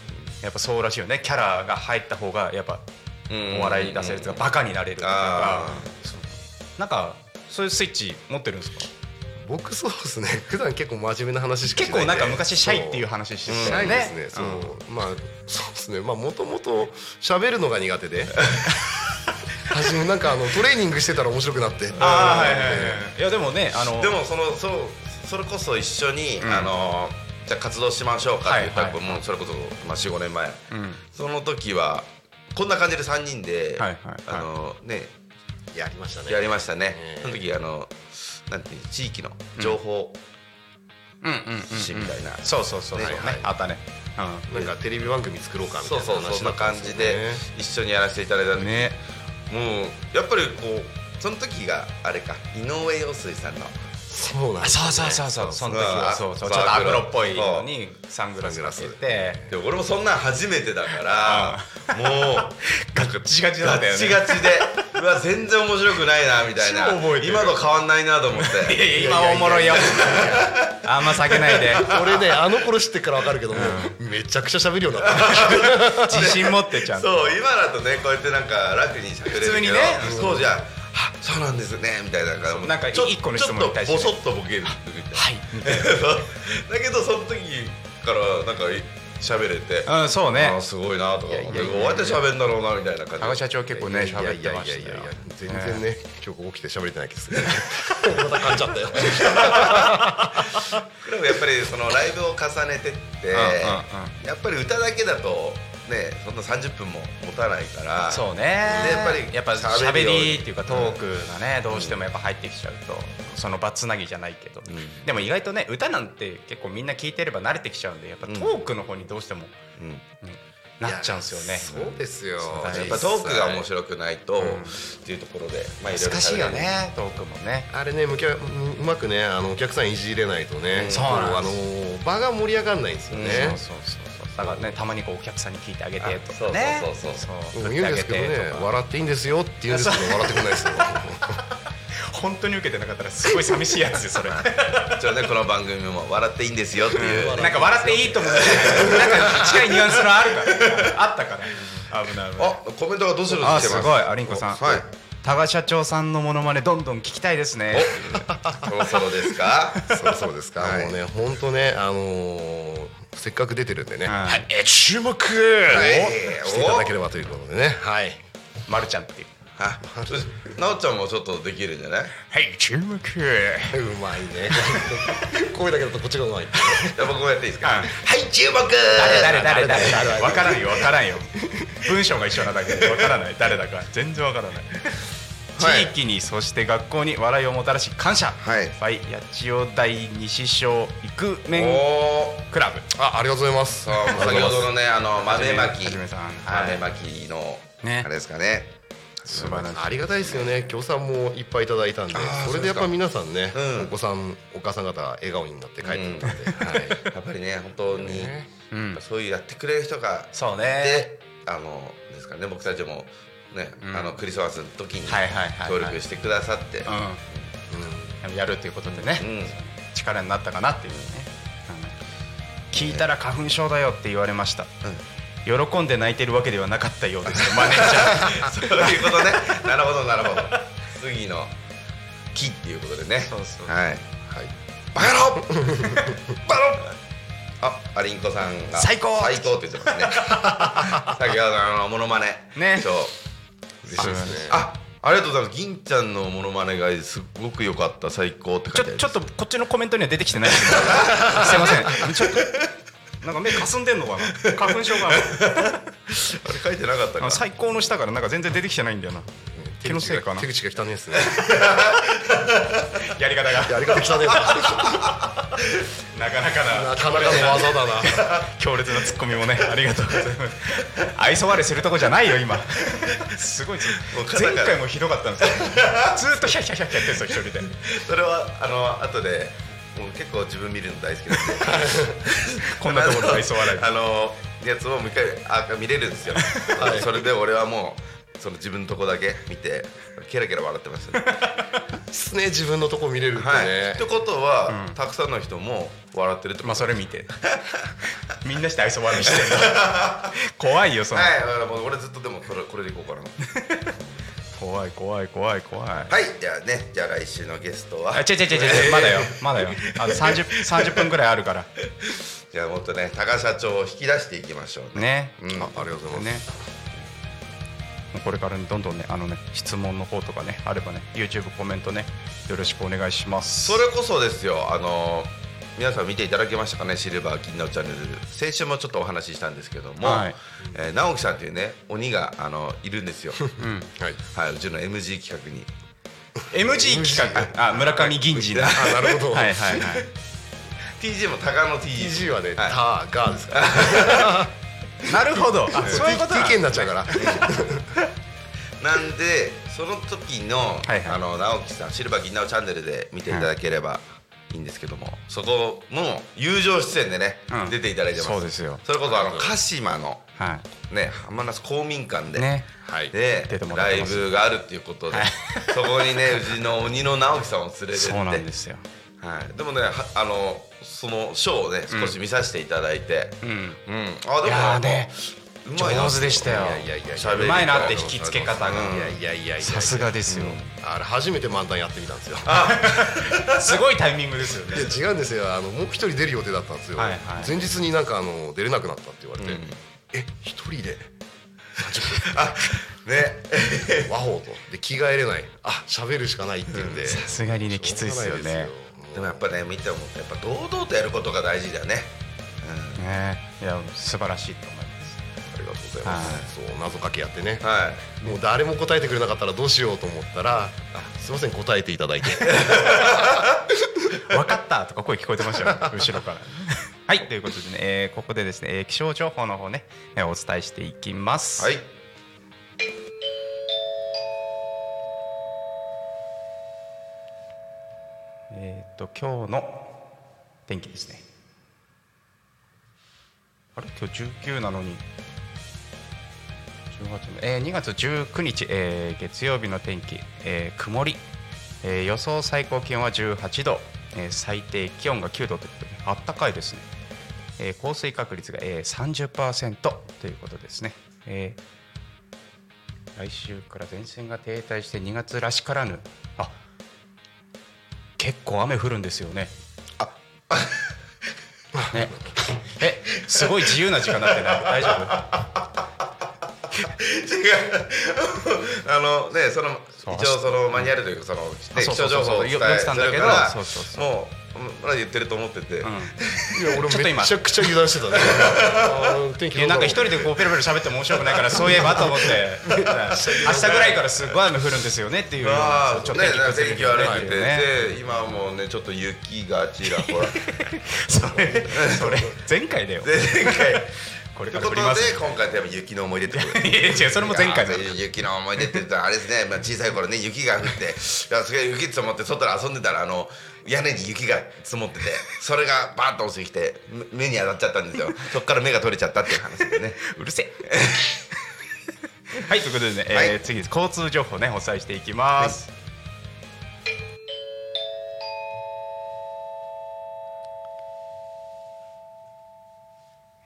Speaker 4: やっぱそうらしいよねキャラが入った方がやっぱ
Speaker 5: うん
Speaker 4: お笑い出せるとかバカになれると
Speaker 5: あ
Speaker 4: かそうなんかそういうスイッチ持ってるんですか
Speaker 3: ー僕そうですね 普段結構真面目な話しかし
Speaker 4: 結
Speaker 3: な
Speaker 4: 構
Speaker 3: いで
Speaker 4: なんか昔シャイっていう話して
Speaker 3: そうシ
Speaker 4: た
Speaker 3: ャ
Speaker 4: よ
Speaker 3: イですね
Speaker 4: ね
Speaker 3: そう
Speaker 4: うん
Speaker 3: まあそうですねまあもともと喋るのが苦手で初めなんかあのトレーニングしてたら面白くなって
Speaker 4: あーはいはいはいいやでもねあの
Speaker 5: でもそのそうそれこそ一緒に、
Speaker 4: ん
Speaker 5: あのじゃあ活動しましょうかって言ったら、
Speaker 4: はいはい
Speaker 5: もうそれこそ、まあ、45年
Speaker 4: う
Speaker 5: 前、
Speaker 4: ん
Speaker 5: その時はこんな感じで3人で、
Speaker 4: はいはいはい
Speaker 5: あのね
Speaker 3: やりましたね
Speaker 5: やりましたね、
Speaker 3: うん
Speaker 5: その時あのなんていう地域の情報、
Speaker 4: うんうんうん
Speaker 5: 市みたいな
Speaker 4: そうそうそうそうね
Speaker 5: ねはい
Speaker 4: あったねうん
Speaker 3: なんかテレビ番組作ろうかみた
Speaker 5: そ
Speaker 3: いうな
Speaker 5: そうそ
Speaker 3: 話
Speaker 5: んな
Speaker 3: だった
Speaker 5: 感
Speaker 3: んで
Speaker 5: じ
Speaker 3: すよ
Speaker 5: で
Speaker 3: ね
Speaker 5: 一緒にやらせていただいた時、
Speaker 4: ね
Speaker 5: もうやっぱりこうその時があれか井上陽水さんの
Speaker 3: そうな
Speaker 4: あ
Speaker 3: んですよ
Speaker 4: そ
Speaker 3: ね
Speaker 4: うそうそうそうその時
Speaker 5: そう
Speaker 4: は
Speaker 5: あ
Speaker 4: そうそうち
Speaker 5: そ
Speaker 4: ょ
Speaker 5: う
Speaker 4: っとアフロっぽいのにサングラスかけて
Speaker 5: で俺もそんなん初めてだからもう
Speaker 4: ガチガチだ
Speaker 5: ガ
Speaker 4: ったよね
Speaker 5: チガチ でうわ全然面白くないなみたい
Speaker 3: 超覚え
Speaker 5: な
Speaker 3: てる
Speaker 5: 今と変わんないなと思っ
Speaker 4: いや
Speaker 5: て
Speaker 4: いや今はおもろいよあんま避けないで
Speaker 3: 俺ねあの頃知ってからわかるけども、めちゃくちゃ喋るようになった
Speaker 4: 自信持ってちゃんと
Speaker 5: そう今だとねこうやってなんか楽にしゃべれるけ
Speaker 4: 普
Speaker 5: ど
Speaker 4: 通にね
Speaker 5: 当時は「あそうなんですね」みたいな感じ
Speaker 4: なんか
Speaker 5: ちょ
Speaker 4: 一個の質問に対してね
Speaker 5: ちょっとボソッとボケるみたいな
Speaker 4: はい
Speaker 5: そう だけどその時からなんか喋れて
Speaker 4: うんそうね
Speaker 5: あーすごいなとか思って
Speaker 4: いやいやいや
Speaker 5: どうやって喋るんだろうなみたいな感じ
Speaker 4: 高社長結構ね喋ってましたよ
Speaker 3: いやいやいやいや全然ね、今日ここ来て喋れてないけどねまた噛んじゃったよ
Speaker 5: 僕らもやっぱりそのライブを重ねてって
Speaker 4: う
Speaker 5: やっぱり歌だけだとねそんな30分も持たないから
Speaker 4: そうね
Speaker 5: でやっぱり
Speaker 4: やっぱ
Speaker 5: 喋るように
Speaker 4: 喋りっていうかトークがねどうしてもやっぱ入ってきちゃうとその場つなぎじゃないけど
Speaker 5: ん
Speaker 4: でも意外とね歌なんて結構みんな聞いてれば慣れてきちゃうんでやっぱトークの方にどうしても
Speaker 5: うん
Speaker 4: なっちゃうんですよね
Speaker 3: そうですよ
Speaker 4: そう
Speaker 5: やっぱトークが面白くないとっていうところでまあろろ
Speaker 4: 難しいよねトークもね
Speaker 3: あれねむきゃううまくねあのお客さんいじれないとね、
Speaker 4: そうなんです
Speaker 3: こうあの場が盛り上がらないんですよね、
Speaker 4: そうそうそうそうだからねたまにこうお客さんに聞いてあげてとかね
Speaker 5: あそうそう
Speaker 4: そ
Speaker 5: そう
Speaker 3: でも言うんですけどね
Speaker 4: 振ってあげてとか
Speaker 3: 笑っていいんですよって言うんですけど笑ってこないですよ
Speaker 4: 本当に受けてなかったらすごい寂しいやつよ それなん
Speaker 5: 一応ねこの番組も笑っていいんですよっていう
Speaker 4: か笑っていいと思うなんか近いニュアンスのあるからあったから危ない危ない
Speaker 5: あコメントがどうする
Speaker 4: あすごいアリンコさん
Speaker 5: はい
Speaker 4: 多賀社長さんのモノマネどんどん聞きたいですね
Speaker 5: そろそろですか
Speaker 3: そうそうですか、
Speaker 5: はい
Speaker 3: もうね本当ねあのーせっかく出てるんでね、
Speaker 4: はい
Speaker 3: はい、え注目を
Speaker 5: い
Speaker 3: していただければということでねはい
Speaker 4: まるちゃんっていう
Speaker 5: あなおちゃんもちょっとできるんじゃない
Speaker 4: はい注目
Speaker 3: うまいね声だけだとこっちがうまい
Speaker 5: じゃあ僕もやっていいですか
Speaker 4: うん
Speaker 5: はい注目
Speaker 4: 誰誰誰誰誰わからんよわからんよ文章が一緒なだけでわからない誰だか全然わからない
Speaker 5: はい
Speaker 4: 地域にそして学校に笑いをもたらし感謝
Speaker 5: はい
Speaker 4: はい八千代台西小イク
Speaker 5: お
Speaker 4: メン
Speaker 5: お
Speaker 4: クラブ
Speaker 3: あありがとうございます
Speaker 5: そう先ほどのねあの豆まき
Speaker 4: はじめ
Speaker 5: 豆
Speaker 4: さんはい
Speaker 5: まきの
Speaker 4: ね
Speaker 5: あれですかね
Speaker 4: 素晴らし
Speaker 3: ありがたいですよね協賛もいっぱいいただいたんで
Speaker 5: ー
Speaker 3: それでやっぱ皆さんね、
Speaker 5: うん
Speaker 3: お子さんお母さん方笑顔になって帰ってくれたんで、はい
Speaker 5: やっぱりね本当に
Speaker 3: ね
Speaker 4: うん
Speaker 5: そういうやってくれる人が
Speaker 4: そうね
Speaker 5: であのですからね僕たちもね
Speaker 4: うん
Speaker 5: あのクリスマスの時に
Speaker 4: はいはいはいはい
Speaker 5: 協力してくださって
Speaker 4: うんやるっていうことでね
Speaker 5: うん
Speaker 4: 力になったかなっていうねうん聞いたら花粉症だよって言われました喜んで泣いてるわけではなかったよう ですよマネージャー
Speaker 5: そういうことねなるほどなるほど次の木っていうことでね
Speaker 4: そうそう
Speaker 5: はい
Speaker 3: はい、
Speaker 5: バカ野郎 バカ野郎あ、アリンコさんが
Speaker 4: 最高
Speaker 5: 最高って言っ てますね先ほどのあのモノマネ
Speaker 4: ね
Speaker 5: そう
Speaker 3: 嬉しいですね
Speaker 5: あありがとうございます銀ちゃんのモノマネがすごく良かった最高って
Speaker 4: ちょ
Speaker 5: 書いてある
Speaker 4: ちょっとこっちのコメントには出てきてないですけどすいませ んちょっとなんか目かすんでんのかな花粉症か な
Speaker 5: あれ書いてなかっ
Speaker 4: あ
Speaker 5: たか
Speaker 4: の最高の下からなんか全然出てきてないんだよな気のせいかな
Speaker 3: 手口が手口が汚いですね
Speaker 4: やり方が
Speaker 3: いやありがとう汚いです
Speaker 4: なかなかな
Speaker 3: なかなかの技だな
Speaker 4: 強烈なツッコミもねありがとうございます愛想笑いするとこじゃないよ今すごいツッ
Speaker 5: もう肩が
Speaker 4: 前回もひどかったんですよずっとヒャヒャヒャヒャやってるんですよ一人で
Speaker 5: それはあの後でもう結構自分見るの大好きなんで
Speaker 4: こんなところで愛想笑い
Speaker 5: あのやつをもう一回あ見れるんですよ、はい、 それで俺はもうその自分のとこだけ見てケラケラ笑ってま したね、
Speaker 3: ですね自分のとこ見れるってね、
Speaker 5: はい、ってことは、たくさんの人も笑ってるってこと
Speaker 4: まあそれ見てみんなして愛想笑いしてる怖いよその、
Speaker 5: はいだからもう俺ずっとでもこれこれでいこうかなは
Speaker 4: 怖い怖い怖い怖い
Speaker 5: いじゃあねじゃあ来週のゲストは
Speaker 4: あ違う違う違う違うまだよまだよあの 30, 30分ぐらいあるから
Speaker 5: じゃあもっとね高社長を引き出していきましょうね
Speaker 4: ね
Speaker 5: うん
Speaker 3: あありがとうございます、
Speaker 4: ねもうこれからどんどんねあのね質問の方とかねあればね YouTube コメントねよろしくお願いします
Speaker 5: それこそですよあの皆さん見ていただけましたかねシルバー金のチャンネル先週もちょっとお話ししたんですけども、
Speaker 4: はい
Speaker 5: えー直樹さんというね鬼があのいる んですよ、
Speaker 3: はい、
Speaker 5: はいうちの MG 企画に
Speaker 4: MG 企画あ村上銀次だ
Speaker 3: あなるほど、
Speaker 4: はいはいはい
Speaker 5: TG もタカの TG
Speaker 3: TG はね、
Speaker 5: は
Speaker 3: タガーですから
Speaker 4: なるほどあそういうことなん
Speaker 3: TK になっちゃうから
Speaker 5: なんでその時の,、
Speaker 4: はいはい
Speaker 5: あの直樹さん「シルバー銀杏チャンネル」で見ていただければいいんですけども、そこも友情出演でね、
Speaker 4: うん
Speaker 5: 出ていただいてます
Speaker 4: そうですよ
Speaker 5: それこそあの鹿島の
Speaker 4: は
Speaker 5: ね浜松公民館で、
Speaker 4: ね
Speaker 3: はい
Speaker 5: で
Speaker 4: 出てもらっ
Speaker 5: ラ
Speaker 4: て
Speaker 5: イ
Speaker 4: ます
Speaker 5: ブがあるっていうことで、 そこにねうちの鬼の直樹さんを連れてっ
Speaker 4: い
Speaker 5: て
Speaker 4: そうなんですよ
Speaker 5: はい、でもねはあのそのショーをね少し見させていただいて、
Speaker 4: う
Speaker 5: うん
Speaker 4: ん
Speaker 5: あ
Speaker 4: い
Speaker 5: でも
Speaker 4: やーね
Speaker 5: うまいな
Speaker 4: 上手でしたよ
Speaker 5: いやいやいや
Speaker 3: 喋
Speaker 5: りた
Speaker 4: うまいなって引きつけ方が
Speaker 3: いやいやいやいや
Speaker 4: さすがですよ
Speaker 3: あれ初めて漫談やってみたんですよ
Speaker 4: すごいタイミングですよね
Speaker 3: いや違うんですよあのもう一人出る予定だったんですよ、
Speaker 4: はいはい
Speaker 3: 前日になんかあの出れなくなったって言われて、え一人で
Speaker 5: ね
Speaker 3: 和法とで着替えれないあ喋るしかないって言うんで
Speaker 4: さすがにねきついですよね
Speaker 5: でもやっぱね見てもやっぱ堂々とやることが大事だよね
Speaker 4: ねいや素晴らしいと思います
Speaker 5: ありがとうございます
Speaker 3: そう謎かけやってね、
Speaker 5: はい
Speaker 3: もう誰も答えてくれなかったらどうしようと思ったらあすいません答えていただいて
Speaker 4: 分かったとか声聞こえてましたよ、 後ろから。はいということでね、えーここでですね、えー気象情報の方ね、えーお伝えしていきます。
Speaker 5: はい
Speaker 4: えっ、と今日の天気ですね。あれ今日19なのに。18えー、2月19日、えー月曜日の天気、えー曇り、えー予想最高気温は18度、えー最低気温が9度ということで、あったかいですね、えー降水確率が、えー、30%ということですね、えー来週から前線が停滞して2月らしからぬあ結構雨降るんですよねあねえすごい自由な時間になってない大丈夫
Speaker 5: 違う あのねその
Speaker 4: そう
Speaker 5: 一応そのマニュアルというかその、ね、
Speaker 4: あ
Speaker 5: 気
Speaker 4: そう
Speaker 5: 象
Speaker 4: そうそう
Speaker 5: 情報をお伝え
Speaker 4: よよく
Speaker 5: す
Speaker 4: したん
Speaker 5: る
Speaker 4: だ
Speaker 5: か
Speaker 4: けど
Speaker 5: ら
Speaker 4: そうそうそう
Speaker 5: もうまだ言ってると思ってて、
Speaker 3: いや
Speaker 4: ちょ
Speaker 3: 俺
Speaker 4: っと
Speaker 3: め
Speaker 4: 今
Speaker 3: っちゃくちゃ油断して たねあの天
Speaker 4: いやなんか一人
Speaker 3: で
Speaker 4: でこうペロペロ喋っても面白くないからそういえばと思って明日ぐらいからすごい雨降るんですよねっていう
Speaker 5: ああ
Speaker 4: ちょっと
Speaker 5: ね
Speaker 4: 天気崩れて
Speaker 5: 天気
Speaker 4: る
Speaker 5: 悪
Speaker 4: ね
Speaker 5: く
Speaker 4: ってい
Speaker 5: て、
Speaker 4: うね
Speaker 5: で今もうねちょっと雪がちらほら
Speaker 4: それ それ前回だよ
Speaker 5: で前回
Speaker 4: これ
Speaker 5: と
Speaker 4: か
Speaker 5: い
Speaker 4: ら降
Speaker 5: うこと
Speaker 4: り
Speaker 5: で
Speaker 4: ますね
Speaker 5: 今回って雪の思い出ってこ と
Speaker 4: いや違うそれも前回だよ
Speaker 5: いや雪の思い出って言ったらあれですね、まあ、小さい頃ね雪が降っていやすげえ雪積もって外で遊んでたらあの屋根に雪が積もっててそれがバーンと落ちてきて目目に当たっちゃったんですよ そっから目が取れちゃったっていう話ですね
Speaker 4: うるせえはいということでね、えー
Speaker 5: はい
Speaker 4: 次です交通情報ねお伝えしていきます、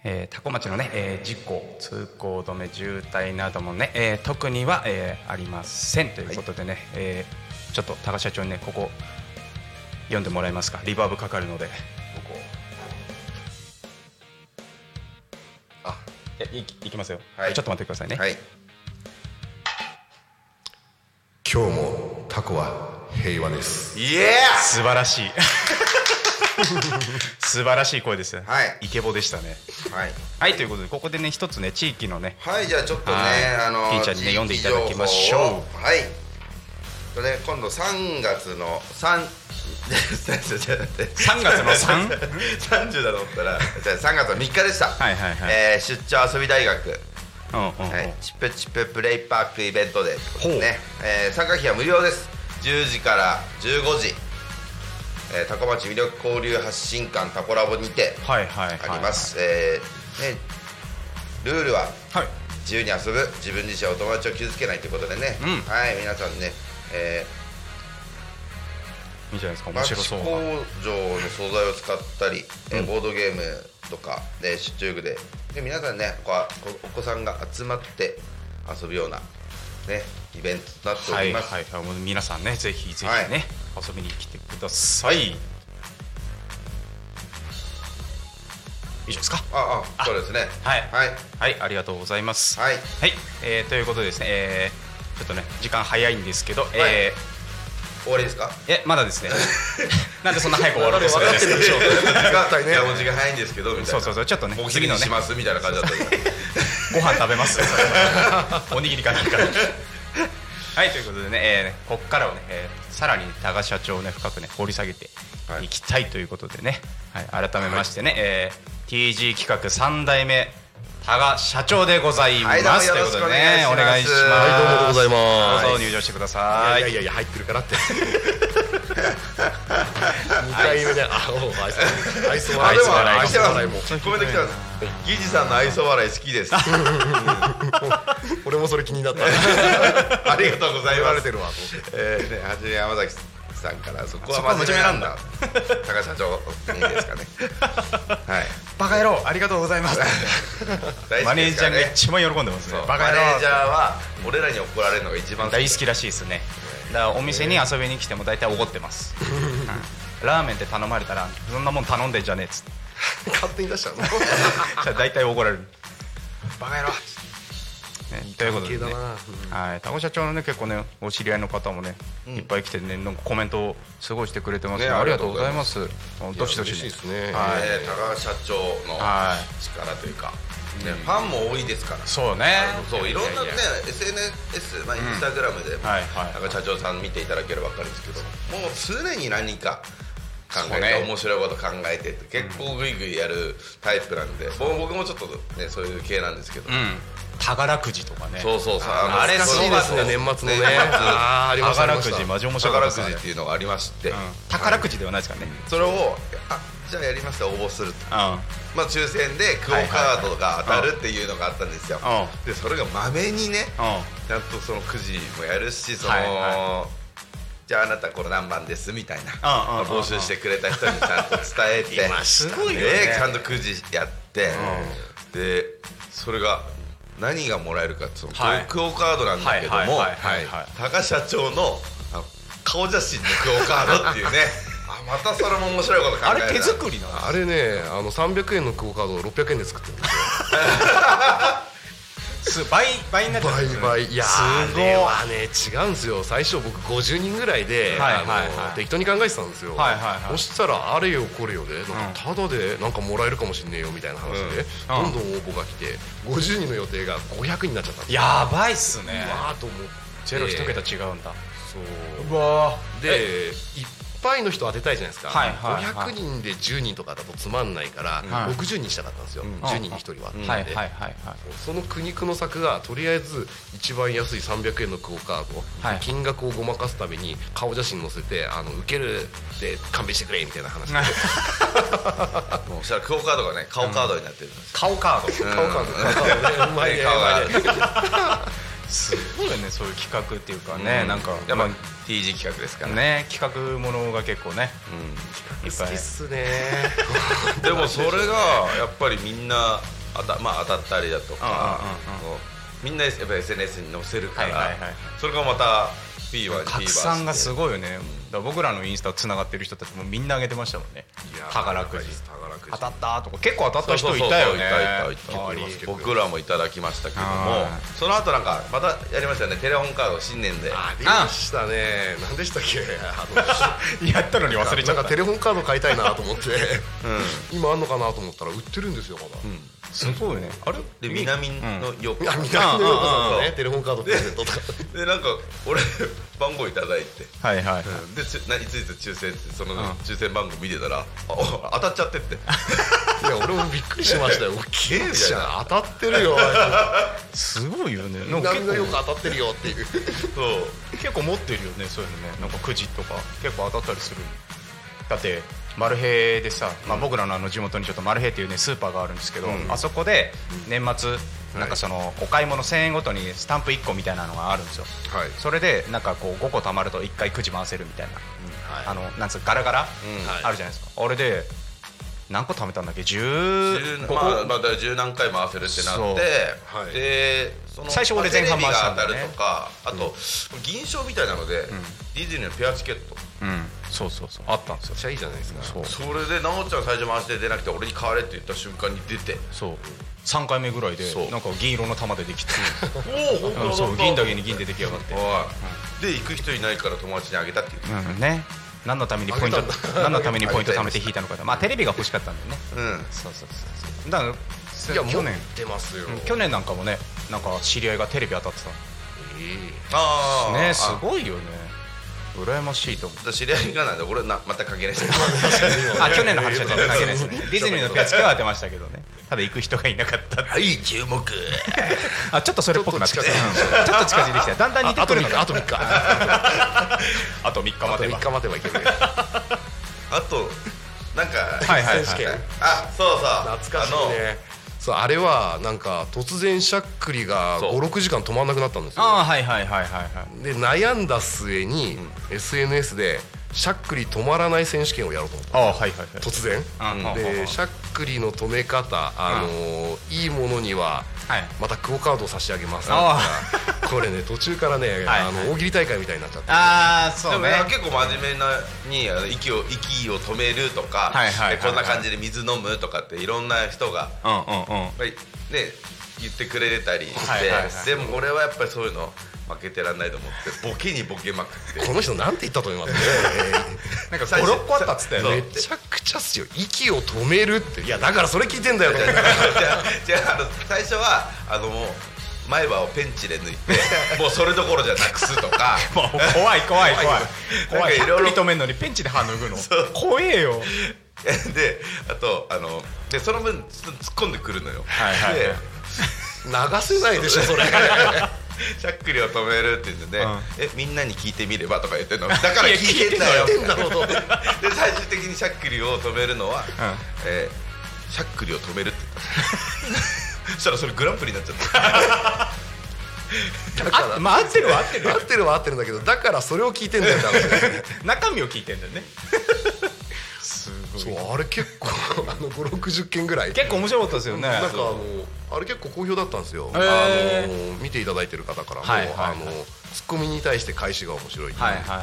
Speaker 4: えー多古町のね、えー事故通行止め渋滞などもね、えー特には、えーありませんということでね、えーちょっと高社長にねここ読んでもらえますかリバーブかかるのでここ
Speaker 5: あ
Speaker 4: えいいきますよ、
Speaker 5: はい
Speaker 4: ちょっと待ってくださいね、
Speaker 5: はい
Speaker 3: 今日もタコは平和です
Speaker 5: イエ
Speaker 4: 素晴らしい 素晴らしい声です
Speaker 5: はい
Speaker 4: イケボでしたね
Speaker 5: ーはい
Speaker 4: はいということでここでね一つね地域のね
Speaker 5: はいじゃあちょっとね、
Speaker 4: はい
Speaker 5: あの
Speaker 4: ひーちゃんにね読んでいただきましょう
Speaker 5: 地域情報をはいとね今度3月の3 3
Speaker 4: 3月の 3?
Speaker 5: 30だと思ったらじゃあ3月の3日でした
Speaker 4: はいはいはい
Speaker 5: えー出張遊び大学、
Speaker 4: うんうんうん
Speaker 5: はい、チップチッププレイパークイベントでってことですね、えー参加費は無料です10時から15時、えー、タコ町魅力交流発信館タコラボにて
Speaker 4: はいはいはい
Speaker 5: あります、えーね、ルールは
Speaker 4: はい
Speaker 5: 自由に遊ぶ自分自身はお友達を傷つけないということでね、
Speaker 4: うん
Speaker 5: はい皆さんね、え
Speaker 4: いいじゃないですか
Speaker 5: ー、
Speaker 4: 面白そうな
Speaker 5: 町工場の素材を使ったり、えーボードゲームとかで出張具でで皆さんねこうおお子さんが集まって遊ぶような、ね、イベントとなってお
Speaker 4: は
Speaker 5: り
Speaker 4: い
Speaker 5: ます、
Speaker 4: はいはいもう皆さんねぜひぜひね、
Speaker 5: はい
Speaker 4: 遊びに来てください以上ですか
Speaker 5: ああそうですね
Speaker 4: はい
Speaker 5: はい、
Speaker 4: はいありがとうございます
Speaker 5: はい
Speaker 4: はい、えーということでですね、えーちょっとね時間早いんですけど、えー
Speaker 5: 終わりですか
Speaker 4: えまだ ですねなんでそんな早く終わろうとするんですか
Speaker 5: しょう
Speaker 3: い ね
Speaker 5: いやもう時間早いんですけどみたいな
Speaker 4: そうそうそうちょっとね
Speaker 5: もう
Speaker 4: 次
Speaker 5: 次
Speaker 4: の
Speaker 5: の
Speaker 4: ね
Speaker 5: しますみたいな感じだったけど
Speaker 4: ご飯食べます おにぎりかなんかはいということでね、えーこっからをね、えーさらに多賀社長をね深くね掘り下げていきたいということでね、はい、改めましてね、えー TG 企画3代目多賀社長でございます、
Speaker 5: はいどうもよ
Speaker 4: とい
Speaker 5: ろ
Speaker 4: うこ
Speaker 5: しく
Speaker 4: と
Speaker 5: お
Speaker 4: でね
Speaker 5: 願いしま
Speaker 4: お願い
Speaker 5: す
Speaker 4: します、
Speaker 3: はいどうもでございます
Speaker 4: どうぞ入場してください
Speaker 3: いやいやいや入ってるから って二回目であおう愛想愛想
Speaker 5: あ
Speaker 3: 笑い
Speaker 5: でも
Speaker 3: 愛
Speaker 5: 来て
Speaker 3: 想笑い
Speaker 5: ま
Speaker 3: も
Speaker 5: すコメント来てますギジさんの愛想笑い好 きですあ
Speaker 3: 俺もそれ気 になった
Speaker 5: りがとうござい
Speaker 3: 言わ
Speaker 5: ま
Speaker 3: れ
Speaker 5: す
Speaker 3: てるわと思って
Speaker 5: えーねはじめ山崎さんからそこ
Speaker 4: そこは
Speaker 5: は
Speaker 4: 真
Speaker 5: 真
Speaker 4: 面目
Speaker 5: 面目
Speaker 4: な
Speaker 5: なん
Speaker 4: だ
Speaker 5: んだ高橋社長いいです かねはい
Speaker 4: バカ野郎ありがとうございますマネージャー
Speaker 5: 大好きですからね
Speaker 4: が一番喜んでますね
Speaker 5: そう
Speaker 4: バ
Speaker 5: マ
Speaker 4: カ野
Speaker 5: ネージャ
Speaker 4: 郎
Speaker 5: ーは俺らに怒られるのが一番
Speaker 4: 大好きらしいですねだからお店に遊びに来ても大体怒ってます、はいラーメンって頼まれたらそんなもん頼んでんじゃねえっつって
Speaker 3: 勝手に 出したの
Speaker 4: じゃあ大体怒られる、
Speaker 3: バカ野郎
Speaker 4: ね、ということで、
Speaker 3: 系だ
Speaker 4: ね、
Speaker 3: な
Speaker 4: はい、タコ社長のね結構ねお知り合いの方もね、いっぱい来てねなんかコメントをすごいしてくれてますね
Speaker 5: ね
Speaker 4: ありがとうございますどしどしね
Speaker 3: 嬉しいですね
Speaker 4: はい
Speaker 5: ね高橋社長の
Speaker 4: は
Speaker 5: 力というか、ね、ファンも多いですから
Speaker 4: そうね
Speaker 5: そういろんなね
Speaker 4: やや
Speaker 5: SNS、まあ、インスタグラムでも、
Speaker 4: はいはい
Speaker 5: 高橋社長さん見ていただければ分かるんですけどもう常に何か考
Speaker 4: そう
Speaker 5: えて、
Speaker 4: ね
Speaker 5: 面白いこと考えてって結構グイグイやるタイプなんで、もう僕もちょっとねそういう系なんですけど、
Speaker 4: うん宝くじとかね
Speaker 5: そうそうそう
Speaker 4: あ
Speaker 5: の
Speaker 4: あれすごいですね
Speaker 5: そう
Speaker 3: 年末の
Speaker 5: 年
Speaker 3: ね
Speaker 5: 末
Speaker 3: あーありましたあり
Speaker 4: 宝
Speaker 3: まし
Speaker 4: く
Speaker 3: た
Speaker 4: じマジ面白かった
Speaker 5: 宝
Speaker 4: ですね
Speaker 5: くじっていうのがありまして、
Speaker 4: うん宝くじではないですからね
Speaker 5: それをあじゃあやりました応募すると
Speaker 4: うん
Speaker 5: まあ、抽選でクオ・カードが当たるっていうのがあったんですよ、
Speaker 4: はいはいは
Speaker 5: でそれがまめにね、
Speaker 4: う
Speaker 5: ちゃんとそのくじもやるしその、
Speaker 4: はいは
Speaker 5: じゃああなたこれ何番ですみたいな、
Speaker 4: うんうんうんうん
Speaker 5: 募集してくれた人にちゃんと伝えて
Speaker 4: すごいよね
Speaker 5: ちゃんとくじやって、でそれが何がもらえるかってその、
Speaker 4: はい
Speaker 5: クオ・カードなんだけども
Speaker 4: はいはいはいはい
Speaker 5: 高社長のあの顔写真のクオ・カードっていう ねあまたそれも面白いこと考え
Speaker 4: あ
Speaker 5: るな
Speaker 4: れ手作りなの
Speaker 3: あれねあの300円のクオカードを600円で作ってるんですよ
Speaker 4: す倍倍になっちゃう
Speaker 3: 倍倍いや
Speaker 4: す
Speaker 3: ーあ
Speaker 4: ごい
Speaker 3: れはね違うんですよ最初僕50人ぐらいで、
Speaker 4: はいはいはい
Speaker 3: あの適当に考えてたんですよ、
Speaker 4: はいはいはい
Speaker 3: そしたらあれよこれよでなんかただでなんかもらえるかもしんねえよみたいな話で、
Speaker 4: うんうん
Speaker 3: どんどん応募が来て50人の予定が500になっちゃったんですよ
Speaker 4: やばいっすね
Speaker 3: わーと思って
Speaker 4: ゼロ一桁違うんだ
Speaker 3: そう
Speaker 4: うわ
Speaker 3: でいっぱいの人当てたいじゃないですか、
Speaker 4: はいはいはい
Speaker 3: 500人で10人とかだとつまんないから、
Speaker 4: はい
Speaker 3: 60人したかったんですよ、10人に1人は、
Speaker 4: はいはい
Speaker 3: で
Speaker 4: はいはい
Speaker 3: その苦肉の策がとりあえず一番安い300円のクオ・カード、
Speaker 4: はい
Speaker 3: 金額をごまかすために顔写真載せてあの受けるで勘弁してくれみたいな話で
Speaker 5: もうそしたらクオカードがね顔カードになってるんですよ、
Speaker 4: 顔カード
Speaker 3: 顔カード顔カードねうまいね
Speaker 5: 顔が
Speaker 3: うまいね
Speaker 4: すごいよねそういう企画っていうかね、
Speaker 5: うん
Speaker 4: なんか
Speaker 5: やっ
Speaker 4: ま
Speaker 5: ぱ
Speaker 4: あ
Speaker 5: TG 企画ですからね
Speaker 4: ね企画ものが結構ね、いっ
Speaker 3: 好
Speaker 4: ぱ
Speaker 3: き
Speaker 4: い
Speaker 3: っすね
Speaker 5: でもそれがやっぱりみんな当た,、まあ、当たったりだとか
Speaker 4: う
Speaker 5: こうみんなやっぱ SNS に載せるから、
Speaker 4: はいはいはい
Speaker 5: それがまた PVerFever
Speaker 4: 拡散がすごいよねだから僕らのインスタつながってる人たちもみんな上げてましたもんね宝くじ
Speaker 5: 宝くじ
Speaker 4: 当たったとか結構当たった
Speaker 5: そうそう
Speaker 4: 人
Speaker 5: そう
Speaker 4: いたよね
Speaker 5: いたいた
Speaker 4: 周
Speaker 5: い
Speaker 4: り
Speaker 5: た僕らもいただきましたけども
Speaker 4: は
Speaker 5: その後なんかまたやりましたよねテレホンカード新年で
Speaker 3: ありましたね何でしたっけあ
Speaker 4: やったのに忘れ
Speaker 3: の
Speaker 4: ちゃ
Speaker 3: な
Speaker 4: った
Speaker 3: んかテレホンカード買いたいなと思って、今あんのかなと思ったら売ってるんですよまだ、
Speaker 4: すごいねあれ
Speaker 5: で南のよ
Speaker 3: いや南野陽子さんの
Speaker 5: うんうんう
Speaker 3: ね
Speaker 5: ん
Speaker 3: テレホンカードプレゼントとか
Speaker 5: でなんか俺番号いただいて
Speaker 4: はいはいはい
Speaker 5: でちゅないついつ抽選ってその抽選番号見てたら、あお当たっちゃってって
Speaker 3: いや俺もびっくりしましたよケイちゃん当たってるよ
Speaker 4: すごいよねなんか
Speaker 3: 南
Speaker 4: 結
Speaker 3: 野陽子
Speaker 4: 構
Speaker 3: 当たってるよっていう
Speaker 5: そう
Speaker 4: 結構持ってるよねそういうのねなんかくじとか結構当たったりするだってマルヘイでさ、まあ、僕らのあの地元にちょっとマルヘイっていうねスーパーがあるんですけど、あそこで年末なんかそのお買い物1000円ごとにスタンプ1個みたいなのがあるんですよ
Speaker 3: はい
Speaker 4: それでなんかこう5個貯まると1回くじ回せるみたいな、あのなんつうかガラガラ、
Speaker 5: うん
Speaker 4: あるじゃないですかあれで何個貯めたんだっけ
Speaker 5: 十
Speaker 4: 10ここ、
Speaker 5: まあまあ、だから十何回回せるってな
Speaker 4: そう
Speaker 5: って、
Speaker 3: はい
Speaker 5: でその
Speaker 4: 最初俺前半
Speaker 5: テレ
Speaker 4: 回
Speaker 5: ビ
Speaker 4: した
Speaker 5: が
Speaker 4: んだ
Speaker 5: 当
Speaker 4: よ
Speaker 5: た
Speaker 4: ね
Speaker 5: るとか、あと、銀賞みたいなので、ディズニーのペアチケット
Speaker 4: うん、そうそうそうあったんですよ
Speaker 3: めっちゃいいじゃないですか
Speaker 4: そう
Speaker 5: それで奈緒ちゃん最初回して出なくて俺に買われって言った瞬間に出て
Speaker 4: そう3回目ぐらいで
Speaker 5: そう
Speaker 4: なんか銀色の玉でできて
Speaker 5: おお本当
Speaker 4: う
Speaker 5: だ
Speaker 4: んそう銀だけに銀で出来上がって、
Speaker 5: はい、で行く人いないから友達にあげたっていう、
Speaker 4: うんね、何のためにポイント
Speaker 3: あげたんだ
Speaker 4: 何のためにポイント貯めて引いたのかとまあテレビが欲しかったんだよね
Speaker 5: うん、
Speaker 4: そうそうそうそうだから
Speaker 3: い
Speaker 4: 去
Speaker 3: や持っ
Speaker 4: 年
Speaker 3: てますよ
Speaker 4: うん去年なんかもねなんか知り合いがテレビ当たってた
Speaker 3: ええ
Speaker 5: ああ
Speaker 4: ねすごいよね羨ましいと思う
Speaker 5: だ知り合いがなんで俺な全く関係ないですけど
Speaker 4: あ去年の 話は全然関係ないですねディズニーのピアチケは当てましたけどねただ行く人がいなかった
Speaker 5: はい注目
Speaker 4: あちょっとそれっぽくなってきた
Speaker 3: ちょっ
Speaker 4: うんちょっと近づいてきただんだん似
Speaker 3: あ
Speaker 4: て
Speaker 3: あ
Speaker 4: く
Speaker 3: と
Speaker 4: る
Speaker 3: 3
Speaker 4: の
Speaker 3: 日
Speaker 4: か
Speaker 3: あと3日 あ
Speaker 4: あと3日
Speaker 3: と
Speaker 4: 待てば
Speaker 3: 3日待てばいけるね
Speaker 5: あとなんか
Speaker 4: はいはいはい
Speaker 3: 選手権
Speaker 5: あそうそう
Speaker 3: 懐かしいねそうあれはなんか突然しゃっくりが
Speaker 5: そう
Speaker 3: 56時間止まんなくなったんですよ
Speaker 4: ああはいはいはいはいはい
Speaker 3: で悩んだ末に SNS でしゃっくり止まらない選手権をやろうと思った
Speaker 4: ああはいはいはい
Speaker 3: 突然
Speaker 4: うん
Speaker 3: でしゃっくりの止め方あのーいいものには
Speaker 4: はい
Speaker 3: またクオ・カードを差し上げます
Speaker 4: あ
Speaker 3: これね途中からね
Speaker 4: はい
Speaker 3: あの大喜利大会みたいになっちゃって
Speaker 4: ああそ
Speaker 5: で
Speaker 4: う
Speaker 5: も
Speaker 4: ね
Speaker 5: ね結構真面目なにあの息を息を止めるとか、
Speaker 4: はいはいはいはい
Speaker 5: でこんな感じで水飲むとかっていろんな人が、
Speaker 4: うんうんうん
Speaker 5: はい、ね言ってくれてたりして、
Speaker 4: はいはいはい
Speaker 5: でも俺はやっぱりそういうの負けてらんないと思ってボケにボケまくって
Speaker 3: この人なんて言ったと思いますね
Speaker 4: なんか
Speaker 5: 最初
Speaker 4: 56個あったっつったよ
Speaker 5: そう
Speaker 4: ね
Speaker 3: めちゃくちゃっすよ息を止めるっていやだからそれ聞いてんだよ と思っ て
Speaker 5: じゃあじゃああの最初はあのもう前歯をペンチで抜いてもうそれどころじゃなくすとか
Speaker 4: もう 怖い怖い怖い怖い
Speaker 5: なんかいろいろ
Speaker 4: 認めんのにペンチで歯脱ぐの
Speaker 5: そう
Speaker 4: 怖えよ
Speaker 5: であとあのでその分ちょっと突っ込んでくるのよ、
Speaker 4: はいはいはい
Speaker 5: で
Speaker 3: 流せないでしょそ れ
Speaker 5: しゃっくりを止めるって言ってね、
Speaker 4: うん
Speaker 5: えみんなに聞いてみればとか言ってんのだから聞いてんだよ
Speaker 3: 聞いてんだよ聞いて ん
Speaker 5: で最終的にしゃっくりを止めるのは、えーしゃっくりを止めるって言った そしたらそれグランプリになっちゃった
Speaker 3: だか
Speaker 4: あ
Speaker 3: ら
Speaker 4: まあ合ってるは合ってる
Speaker 3: 合ってるは合ってるんだけどだからそれを聞いてんだよだから
Speaker 4: 中身を聞いてんだよねすごい
Speaker 3: そうあれ結構あの560件ぐらい
Speaker 4: 結構面白かったですよね
Speaker 3: なんかあのあれ結構好評だったんですよ、
Speaker 4: へ
Speaker 3: あの見ていただいてる方からも、
Speaker 4: はいはいはい
Speaker 3: あのツッコミに対して返しが面白い、
Speaker 4: はいはいは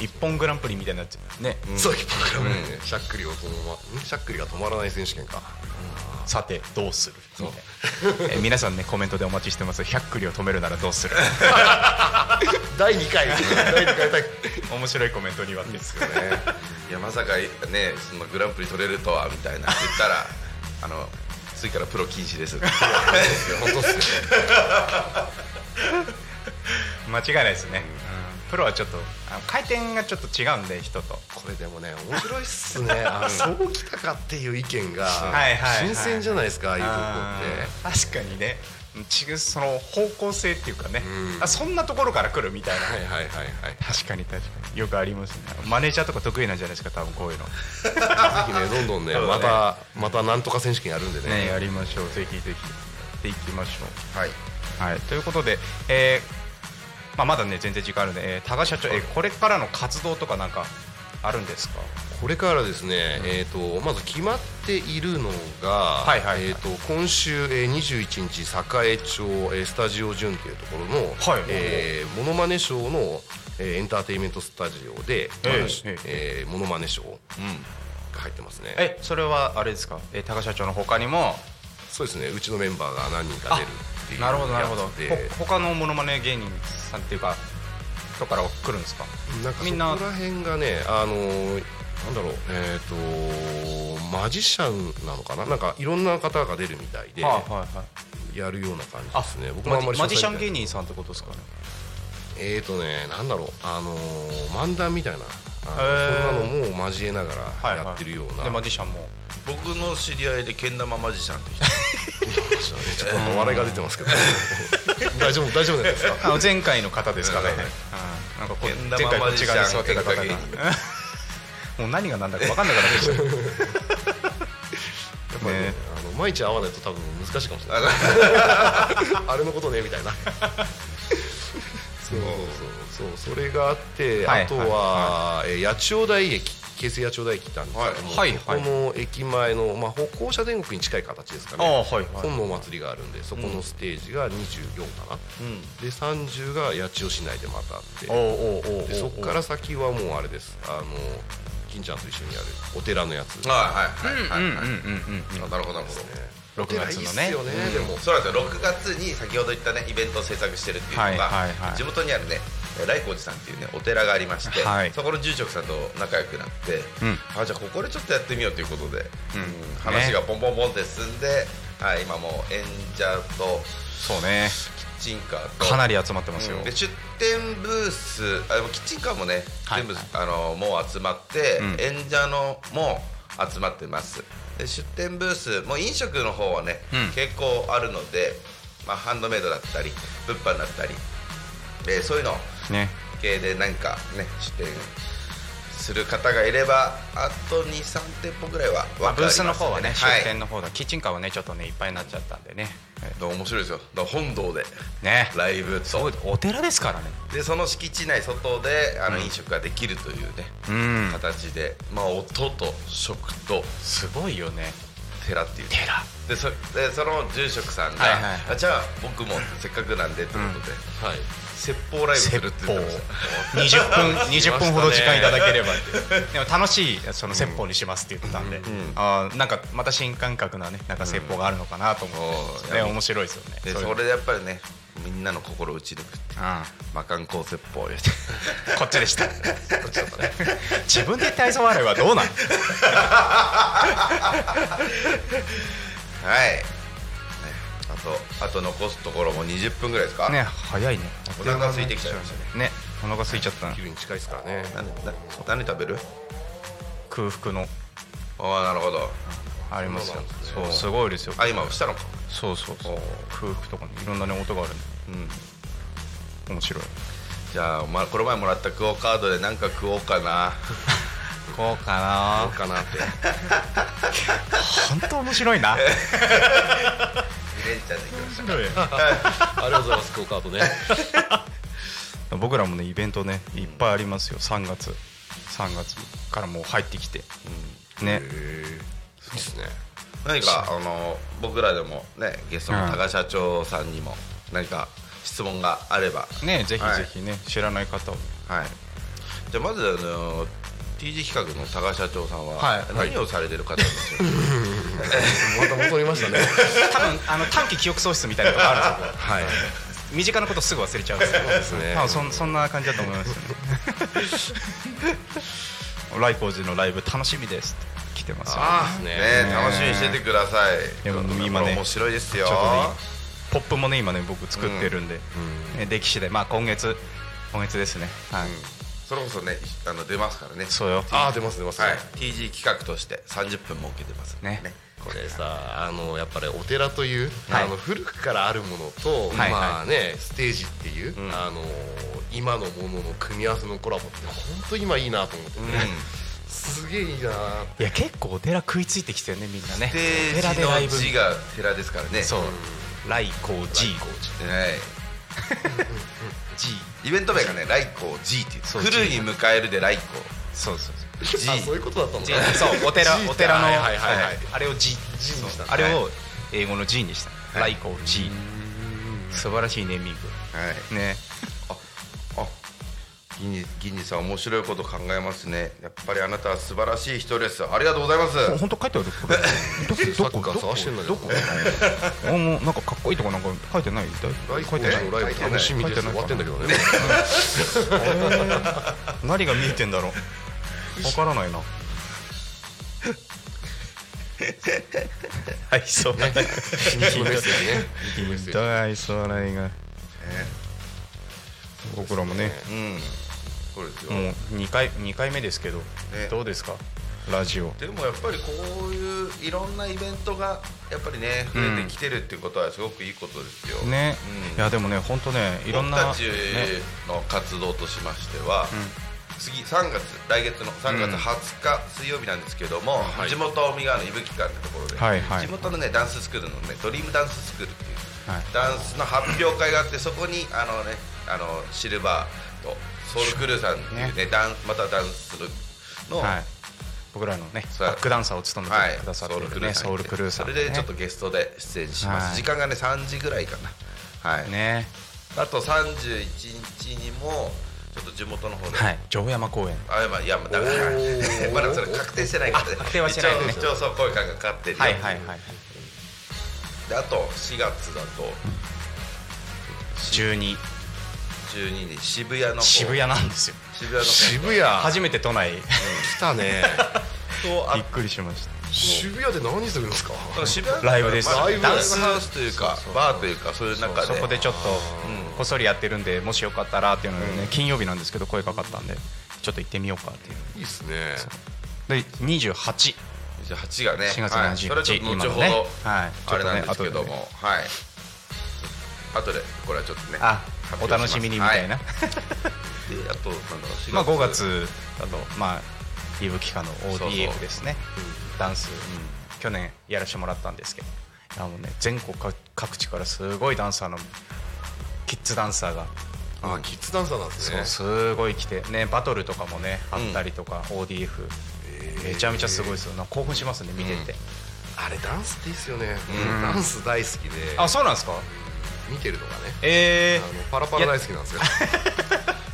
Speaker 4: い一本グランプリみたいになっちゃうね
Speaker 3: そういうプログラムでね、しゃっくりをそのままんしゃっくりが止まらない選手権か
Speaker 4: さてどうするみたいなえー皆さんねコメントでお待ちしてます100クリを止めるならどう する
Speaker 3: 第2回第2回大会
Speaker 4: 面白いコメントにはですよね
Speaker 5: いやまさかねそのグランプリ取れるとはみたいな言ったらあの次からプロ禁止です
Speaker 3: 本当っすよね
Speaker 4: 間違いないですね、うんプロはちょっとあの回転がちょっと違うんで人と
Speaker 3: これでもね面白いっすねあそうきたかっていう意見が
Speaker 4: はいはいはい
Speaker 3: 新鮮じゃないですかああいうとこって
Speaker 4: あー確かにねちその方向性っていうかね、あそんなところから来るみたいな、
Speaker 3: はいはいはいはい
Speaker 4: 確かに確かによくありますねマネージャーとか得意なんじゃないですか多分こういうの
Speaker 3: ぜひねどんどんね
Speaker 4: そうだ
Speaker 3: ま
Speaker 4: ね
Speaker 3: たまたなんとか選手権やるんでね
Speaker 4: ねやりましょうぜひぜひでいきましょう
Speaker 5: はい
Speaker 4: はい、ということで、えーまあ、まだね全然時間あるんで、えー多賀社長、えーこれからの活動とかなんかあるんですか
Speaker 3: これからですね、えー、とまず決まっているのが、
Speaker 4: いはいはい
Speaker 3: えー、と今週、えー、21日栄町、えースタジオ純というところの、
Speaker 4: はい
Speaker 3: えーモノマネショーの、えーエンターテインメントスタジオで、
Speaker 4: ええ
Speaker 3: え
Speaker 4: え
Speaker 3: ーモノマネショーが入ってますね、
Speaker 4: えそれはあれですか、えー、多賀社長の他にも
Speaker 3: そうですねうちのメンバーが何人か出るっていう
Speaker 4: なるほどなるほど
Speaker 3: やつで
Speaker 4: ほ他のモノマネ芸人さんっていうか人からは来るんですか
Speaker 3: なんか
Speaker 4: み
Speaker 3: そ
Speaker 4: ん
Speaker 3: こ
Speaker 4: な
Speaker 3: ら辺がねあのーなんだろうえっ、とマジシャンなのかななんかいろんな方が出るみたいで、
Speaker 4: はいはいはい
Speaker 3: やるような感じ
Speaker 4: あ
Speaker 3: ですね。僕
Speaker 4: マ
Speaker 3: もあん
Speaker 4: ジ
Speaker 3: まり
Speaker 4: マジシャン
Speaker 3: 詳細
Speaker 4: 芸
Speaker 3: に
Speaker 4: 人さんってことですかね
Speaker 3: えーとね、なんだろう、あのー漫談みたいな、
Speaker 4: へ
Speaker 3: あの
Speaker 4: ー
Speaker 3: そんなのも交えなが
Speaker 4: は
Speaker 3: ら
Speaker 4: いはい
Speaker 3: やってるような、
Speaker 4: でマジシャンも
Speaker 5: 僕の知り合いでけん玉マジシャンって人
Speaker 3: ちょっとなんか笑いが出てま すけど、大丈夫大丈夫なんですか。
Speaker 4: あの前回の方ですかね、
Speaker 5: う
Speaker 4: う
Speaker 5: ん
Speaker 4: んなんかこ
Speaker 5: けん
Speaker 4: う
Speaker 5: 玉
Speaker 4: 前回こっち側に
Speaker 5: マジシャ
Speaker 4: 座
Speaker 5: ン
Speaker 4: ってた方が
Speaker 5: 喧嘩芸
Speaker 4: もう何が何だか分かんなくなってき ちゃう
Speaker 3: やっぱりね、
Speaker 4: ね
Speaker 3: あの毎日会わないと多分難しいかもし れない。あれのことねみたいな。そうそうそうそうそれがあって、
Speaker 4: はい
Speaker 3: あとは、えー八千代台駅京成八千代台駅行ったんですけども、
Speaker 4: はいはいはい
Speaker 3: ここの駅前のまあ歩行者天国に近い形ですかね。
Speaker 4: ああはいはい
Speaker 3: 本のお祭りがあるんでそこのステージが24かな、で30が八千代市内でまたあって
Speaker 4: おうおうおうおう
Speaker 3: でそこから先はもうあれですあの金ちゃんと一緒にやるお寺のやつ
Speaker 5: はいはいはい
Speaker 4: うんうんうん
Speaker 5: はい、
Speaker 4: うん
Speaker 5: あなるほどなるほど、
Speaker 4: うん6月
Speaker 3: いいっ
Speaker 4: の
Speaker 3: す
Speaker 4: ね
Speaker 3: よね、でも
Speaker 5: そうなんですよ6月に先ほど言ったねイベントを制作してるっていうのが、
Speaker 4: はいはいはい
Speaker 5: 地元にあるね来光寺さんっていうねお寺がありまして、
Speaker 4: はい
Speaker 5: そこの住職さんと仲良くなって、
Speaker 4: うん
Speaker 5: あじゃあここでちょっとやってみようということで、
Speaker 4: うん
Speaker 5: うん話がポンポンポンって進んで、はい、今もう演者と
Speaker 4: そうね
Speaker 5: ッチンカーと
Speaker 4: かなり集まってますよ、
Speaker 5: うんで出店ブースあでもキッチンカーもね、
Speaker 4: はい
Speaker 5: 全部あのもう集まって、
Speaker 4: うん
Speaker 5: 演者のも集まってますで出店ブースもう飲食の方はね、
Speaker 4: うん
Speaker 5: 結構あるので、まあ、ハンドメイドだったり物販だったり、えーそういうの
Speaker 4: ね
Speaker 5: 系で何かね出店する方がいればあと23店舗ぐらいは
Speaker 4: まあ、
Speaker 5: 枠
Speaker 4: ブ
Speaker 5: あり
Speaker 4: ース
Speaker 5: ますんで
Speaker 4: の方はね、
Speaker 5: い
Speaker 4: 出店の方だキッチンカーはねちょっとねいっぱいになっちゃったんでね
Speaker 5: だから面白いですよだから本堂で
Speaker 4: ね
Speaker 5: ライブと
Speaker 4: そうお寺ですからね
Speaker 5: でその敷地内外であの
Speaker 4: うん
Speaker 5: 飲食ができるというね、
Speaker 4: うん
Speaker 5: 形で、まあ、音と食と
Speaker 4: すごいよね
Speaker 5: 寺っていう
Speaker 4: 寺
Speaker 5: でそでその住職さんが、
Speaker 4: はいはいはい
Speaker 5: あじゃあ僕もせっかくなんでということで、
Speaker 3: はい
Speaker 5: 説法ライブするって言ってまし
Speaker 4: 説法20分20分ほ ど時間いただければってでも楽しいその説法にしますって言ってたんで、あーなんかまた新感覚なねなんか説法があるのかなと思って、
Speaker 5: うん
Speaker 4: ね面白いですよね
Speaker 5: たで
Speaker 4: ういう
Speaker 5: そ
Speaker 4: の
Speaker 5: れでやっぱりねみんなの心を打ち抜くっていう
Speaker 4: う
Speaker 5: 魔漢光説 法を言って
Speaker 4: んこっちでした自分で体操笑いはどうなの
Speaker 5: はいねあとあと残すところも20分ぐらいですか、
Speaker 4: ね早いね
Speaker 5: お腹空いてきちゃいまし
Speaker 4: ねお腹空いちゃったな
Speaker 3: 昼に近いですから ね
Speaker 5: なな何食べる
Speaker 4: 空腹の
Speaker 5: ああなるほど
Speaker 4: ありますよ
Speaker 5: そ
Speaker 4: そうう,、
Speaker 5: なんですね
Speaker 4: すごいですよ
Speaker 5: あ今押したのか
Speaker 4: そうそうそう
Speaker 5: おー
Speaker 4: 空腹とかねいろんなね音があるん
Speaker 5: うん
Speaker 4: で面白い
Speaker 5: じゃあ、まあ、この前もらったクオカードで何か食おうか な
Speaker 4: こうか
Speaker 3: かなって
Speaker 4: な本当面白いな
Speaker 5: レンちゃんで行きました
Speaker 3: ありがとうございますクオカードね
Speaker 4: 僕らもねイベントねいっぱいありますよ3月3月からもう入ってきて、ね
Speaker 3: いいっすね
Speaker 5: 何かあの僕らでもねゲストの
Speaker 4: うん
Speaker 5: 多賀社長さんにも何か質問があれば
Speaker 4: ねぜひ
Speaker 5: はい
Speaker 4: ぜひね、知らない方を
Speaker 5: はいじゃあまずあの T g 企画の多賀社長さん
Speaker 4: はい
Speaker 5: は何をされてる方なんでしょう
Speaker 3: また戻りましたね
Speaker 4: 多分あの短期記憶喪失みたいなとこあるんですよ
Speaker 3: はい
Speaker 4: 僕身近なことすぐ忘れちゃうんですけど
Speaker 3: すね
Speaker 4: 多分そんそんな感じだと思いますよね来光寺のライブ楽しみですって来てますよ、
Speaker 3: ああ
Speaker 5: ね
Speaker 3: ね
Speaker 5: ね 楽しみにしててください
Speaker 4: でも今ね
Speaker 5: 面白いですよ
Speaker 4: ちょっとねポップもね今ね僕作ってるんで、ね歴史でまあ今月今月ですね、はい
Speaker 5: それこそねあの出ますからね
Speaker 4: そうよ
Speaker 3: ああ出ます出ます、
Speaker 5: はい TG 企画として30分設けてます
Speaker 4: ね
Speaker 3: これさあのやっぱりお寺という、
Speaker 4: はい
Speaker 3: あの古くからあるものと、
Speaker 4: はい
Speaker 3: まあねステージっていう、
Speaker 5: ん
Speaker 3: あの今のものの組み合わせのコラボって本当今いいなと思って、ね
Speaker 5: う
Speaker 3: すげえいいなーって
Speaker 4: いや結構お寺食いついてきてるねみんなね
Speaker 5: んで
Speaker 4: お寺でライ
Speaker 5: の
Speaker 4: ブ
Speaker 5: 字が寺ですからね
Speaker 4: そう来光寺 G
Speaker 5: はいイベント名がね「来光 G」っていう
Speaker 4: そう
Speaker 5: 来るに迎えるで来
Speaker 4: そうそう
Speaker 5: 光 G
Speaker 3: あそういうことだったの
Speaker 4: そ
Speaker 3: ね
Speaker 4: う G そうお寺
Speaker 3: ジーって
Speaker 4: お寺の
Speaker 3: はいはいはいはい
Speaker 4: あれを G
Speaker 3: ジにした
Speaker 4: そうあれを英語の G にした
Speaker 5: は
Speaker 4: 来
Speaker 5: い
Speaker 4: 光寺素晴らしいネーミン
Speaker 5: はい
Speaker 4: グね
Speaker 5: あ銀次銀次さん面白いこと考えますねやっぱりあなたは素晴らしい人ですありがとうございます
Speaker 4: 本当書いてあるこれ
Speaker 3: サッカー探してんだけどね
Speaker 4: あもうなんかかっこいいとこなんか書いてない
Speaker 3: 来
Speaker 4: 書い
Speaker 3: 光
Speaker 4: てな
Speaker 3: 寺
Speaker 4: い
Speaker 3: のライブ楽しみです終わってんだけどね
Speaker 4: 何が見えてんだろうわからない なはいそうなんだ
Speaker 3: 秘密のメッセージね秘密のメッセージ
Speaker 4: 大それが僕らもね
Speaker 5: うんそうですよ、
Speaker 4: もう2回二回目ですけど
Speaker 5: ね
Speaker 4: どうですかラジオ
Speaker 5: でもやっぱりこういういろんなイベントがやっぱりね増えてきてるっていうことはすごくいいことですよ、
Speaker 4: ね
Speaker 5: うん
Speaker 4: いやでもね本当ねいろん
Speaker 5: 僕
Speaker 4: な
Speaker 5: たち
Speaker 4: ね
Speaker 5: の活動としましては、次3月来月の3月20日水曜日なんですけども、
Speaker 3: はい
Speaker 5: 地元三河の伊吹館ってところで、
Speaker 4: はいはい
Speaker 5: 地元のねダンススクールのねドリームダンススクールっていう
Speaker 4: はい
Speaker 5: ダンスの発表会があってそこにあのねあのシルバーとソウルクルーさんっていうねダンまたダンスするの、
Speaker 4: はい僕らのね
Speaker 5: そう
Speaker 4: バックダンサーを務め
Speaker 5: はい
Speaker 4: てくださってるね
Speaker 5: ソ
Speaker 4: ソ
Speaker 5: ウ
Speaker 4: ウ
Speaker 5: ル
Speaker 4: ル
Speaker 5: ク
Speaker 4: ク
Speaker 5: ル
Speaker 4: ルー
Speaker 5: ーさ
Speaker 4: さ
Speaker 5: ん
Speaker 4: ん
Speaker 5: で
Speaker 4: ね
Speaker 5: それでちょっとゲストで出演します、
Speaker 4: はい
Speaker 5: 時間がね3時ぐらいかなはい、
Speaker 4: ね
Speaker 5: あと31日にもちょっと地元の方で、
Speaker 4: はい城山公園
Speaker 5: あいやまあいやまあだから
Speaker 3: おー
Speaker 5: まだそれ確定してないからね
Speaker 4: あ確定はしてないね
Speaker 5: 一応一応そう声かかってて
Speaker 4: はいはいはい
Speaker 5: であと4月だと
Speaker 4: 12
Speaker 5: 12に渋谷の方
Speaker 4: 渋谷なんですよ
Speaker 5: 渋谷の方
Speaker 3: 渋谷
Speaker 4: 初めて都内
Speaker 3: 来たね
Speaker 5: と あ
Speaker 4: びっくりしました
Speaker 3: 渋谷で何するんですか
Speaker 5: 渋谷
Speaker 4: ライブです
Speaker 5: まあ
Speaker 3: ライブ
Speaker 5: ダンスハウスというかバーというかそういう中
Speaker 4: そこでちょっとこっそりやってるんでもしよかったらっていうのでね金曜日なんですけど声かかったんでちょっと行ってみようかっていう
Speaker 3: いいっすね
Speaker 4: で28
Speaker 5: 8がね
Speaker 4: 4月
Speaker 5: はい
Speaker 4: の
Speaker 5: それはちょ
Speaker 4: 28
Speaker 5: っと
Speaker 4: 今
Speaker 5: 後
Speaker 4: の
Speaker 5: ほ
Speaker 4: ね
Speaker 5: ど
Speaker 4: はい
Speaker 5: あれなんですけど
Speaker 4: ちょっとね後でね
Speaker 5: もはい後でこれはちょっとね
Speaker 4: あ
Speaker 5: 発
Speaker 4: お
Speaker 5: 表
Speaker 4: 楽しみにみ
Speaker 5: ます
Speaker 4: たいな、
Speaker 5: はであとなんだろう
Speaker 4: まあ5月だとまあイブキカの
Speaker 5: そうそう
Speaker 4: ODF ですねダンス、去年やらせてもらったんですけどいやもうね全国か各地からすごいダンサーのキッズダンサーが
Speaker 3: あキッズダンサーなんです
Speaker 4: そ
Speaker 3: ね
Speaker 4: うすごい来てねバトルとかもねあったりとか、ODF めちゃめちゃすごいですよなんか興奮しますね見てて、
Speaker 3: あれダンスっていいっすよね
Speaker 5: うん
Speaker 3: ダンス大好きで
Speaker 4: あそうなんですか
Speaker 3: 見てるのがねあ
Speaker 4: え
Speaker 3: のパラパラ大好きなんですよ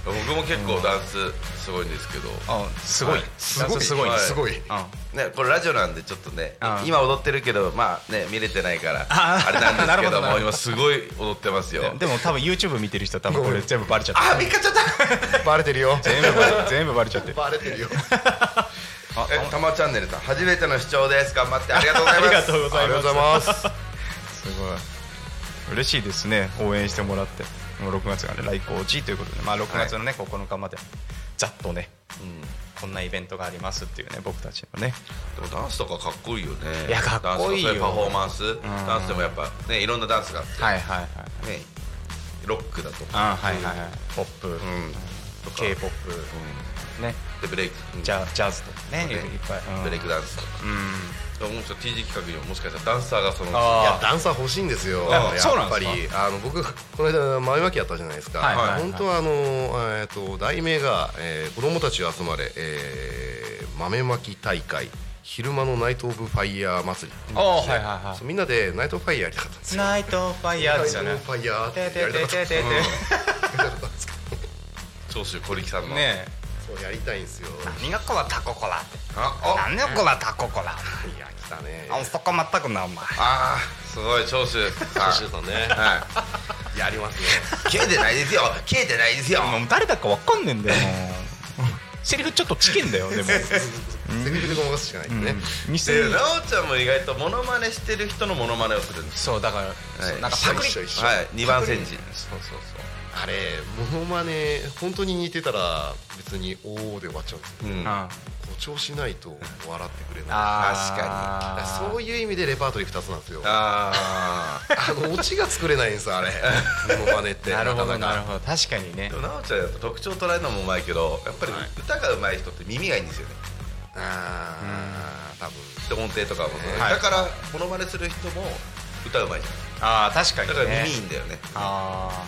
Speaker 5: 僕も結構ダンスすごいんですけど
Speaker 4: ー、あすごい、
Speaker 5: はい
Speaker 4: ダンスすごい
Speaker 5: は
Speaker 4: ね
Speaker 5: い
Speaker 3: すごい
Speaker 4: うん
Speaker 5: ね、これラジオなんでちょっとね
Speaker 4: あー
Speaker 5: 今踊ってるけどまあね見れてないから
Speaker 4: あ
Speaker 5: あ
Speaker 4: ー
Speaker 5: れなんですけど
Speaker 4: なるほどなるほ
Speaker 5: も
Speaker 4: ど
Speaker 5: 今すごい踊ってますよ
Speaker 4: ででも多分 YouTube 見てる人は多分これ全部バレちゃって
Speaker 5: あー見っかちゃった
Speaker 3: バレてるよ
Speaker 4: 全部バレ全部バレちゃっ てる
Speaker 3: バレてるよ
Speaker 4: あ
Speaker 5: えたまチャンネルさん初めての視聴です頑張ってありがとうございます
Speaker 4: ありがとうございます
Speaker 3: ありがとうございます
Speaker 4: すごい嬉しいですね応援してもらってもう6月がね来校時ということで、まあ、6月のね、9日までざっとね、こんなイベントがありますっていうね僕たちのね
Speaker 5: でもダンスとかかっこいいよね
Speaker 4: いやかっこいいよ
Speaker 5: ダンスとかそううパフォーマンスダンスでもやっぱねいろんなダンスがあって、
Speaker 4: はいはいはい
Speaker 5: ね、ロックだとか、
Speaker 4: あはいはいはいポップ、
Speaker 5: うん、とか
Speaker 4: k p o p ね
Speaker 5: でブレイク
Speaker 4: ジャジャズとかね
Speaker 5: ね
Speaker 4: いっぱい、うん
Speaker 5: ブレイクダンスとか、でももうちょっと TG 企画にももしかしたらダンサーがその
Speaker 4: あー
Speaker 3: いやダンサー欲しいんですよ
Speaker 4: あ
Speaker 3: や
Speaker 4: そうな
Speaker 3: っ
Speaker 4: ん
Speaker 3: ぱ
Speaker 4: です
Speaker 3: り
Speaker 4: か
Speaker 3: あの僕この間前巻きやったじゃないですか、
Speaker 4: はいはいはい
Speaker 3: 本当はあの、えー、と題名が、えー子供たち集まれ、えー豆巻き大会昼間のナイト・オブ・ファイヤー祭り」
Speaker 4: あはいはいは
Speaker 3: そうみんなでナイト・ファイヤーやりたかったんです
Speaker 4: い
Speaker 3: よ
Speaker 4: ナイトファイヤーですよね
Speaker 3: ナイト・ファイヤーって
Speaker 4: てて
Speaker 3: やりたか
Speaker 4: て
Speaker 3: っ
Speaker 4: て
Speaker 3: た
Speaker 4: てて
Speaker 5: 長州小力さんの、
Speaker 4: ねえ
Speaker 3: そうやりたいんですよ
Speaker 4: 何がこらタココラって
Speaker 5: あお
Speaker 4: 何がこらタココラ
Speaker 3: いや来たね
Speaker 4: あそこ全くなお前
Speaker 5: あーすごい長州さん
Speaker 3: 長州さんね
Speaker 5: は
Speaker 3: やりますね
Speaker 5: い消えてないですよ消えてないですよ
Speaker 4: もう誰だかわかんねえんだよ もうセリフちょっとチキンだよでも
Speaker 3: セリフでごまかすしかないですね、
Speaker 4: うん
Speaker 5: で奈緒ちゃんも意外とモノマネしてる人のモノマネをするんです
Speaker 4: そうだから、そうなんかパクリ
Speaker 3: 一緒一緒一緒
Speaker 5: はい2番煎じ
Speaker 4: そうそうそ
Speaker 3: あれモノマネ本当に似てたら別に「おお」で終わっちゃうんですよ
Speaker 5: う
Speaker 4: う、
Speaker 5: ん
Speaker 4: うん、あ
Speaker 3: 誇張しないと笑ってくれない
Speaker 4: あ
Speaker 3: だからそういう意味でレパートリー2つなんですよあ
Speaker 5: あー
Speaker 3: のオチが作れないんですあれモノマネって
Speaker 4: なるほど
Speaker 3: か
Speaker 4: なる
Speaker 3: か
Speaker 4: ほど確かにね
Speaker 5: でも奈緒ちゃんだと特徴捉えるのもうまいけどやっぱり歌がうまい人って耳がいいんですよね
Speaker 3: あー多分
Speaker 5: で音程とかもね、
Speaker 4: はい
Speaker 5: だからモノマネする人も歌うまいじゃ
Speaker 4: ああ確か
Speaker 5: ん
Speaker 4: に
Speaker 5: だ
Speaker 4: ね
Speaker 5: から耳いいんだよね
Speaker 4: あ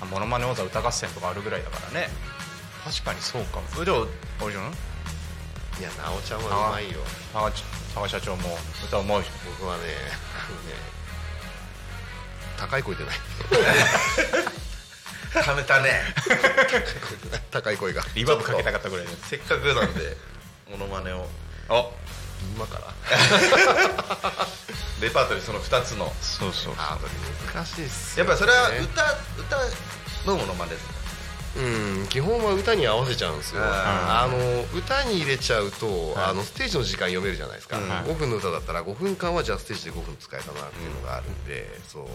Speaker 4: あモノマネ王座歌合戦とかあるぐらいだからね確かにそうかもそれでもあれじゃない
Speaker 3: いやなおちゃんはうまいよ
Speaker 4: 高橋高橋社長も歌うまいし
Speaker 3: 僕はねあのね高い声出ない
Speaker 5: ためたね
Speaker 3: 高い声が
Speaker 4: リバーブかけたかったぐらいで
Speaker 5: せっかくなんで モノマネを
Speaker 4: あ
Speaker 3: 今から
Speaker 5: レパートリーその2つの
Speaker 4: そうそう
Speaker 3: あー難しいっす
Speaker 5: や
Speaker 3: よ
Speaker 5: っ
Speaker 3: ね
Speaker 5: ぱりそれは歌歌のモノマネです
Speaker 3: うん基本は歌に合わせちゃうんですよ
Speaker 5: うん
Speaker 3: あの歌に入れちゃうと、あのステージの時間読めるじゃないですか、
Speaker 5: うん
Speaker 3: 5分の歌だったら5分間はじゃあステージで5分使えたなっていうのがあるんで、そうだ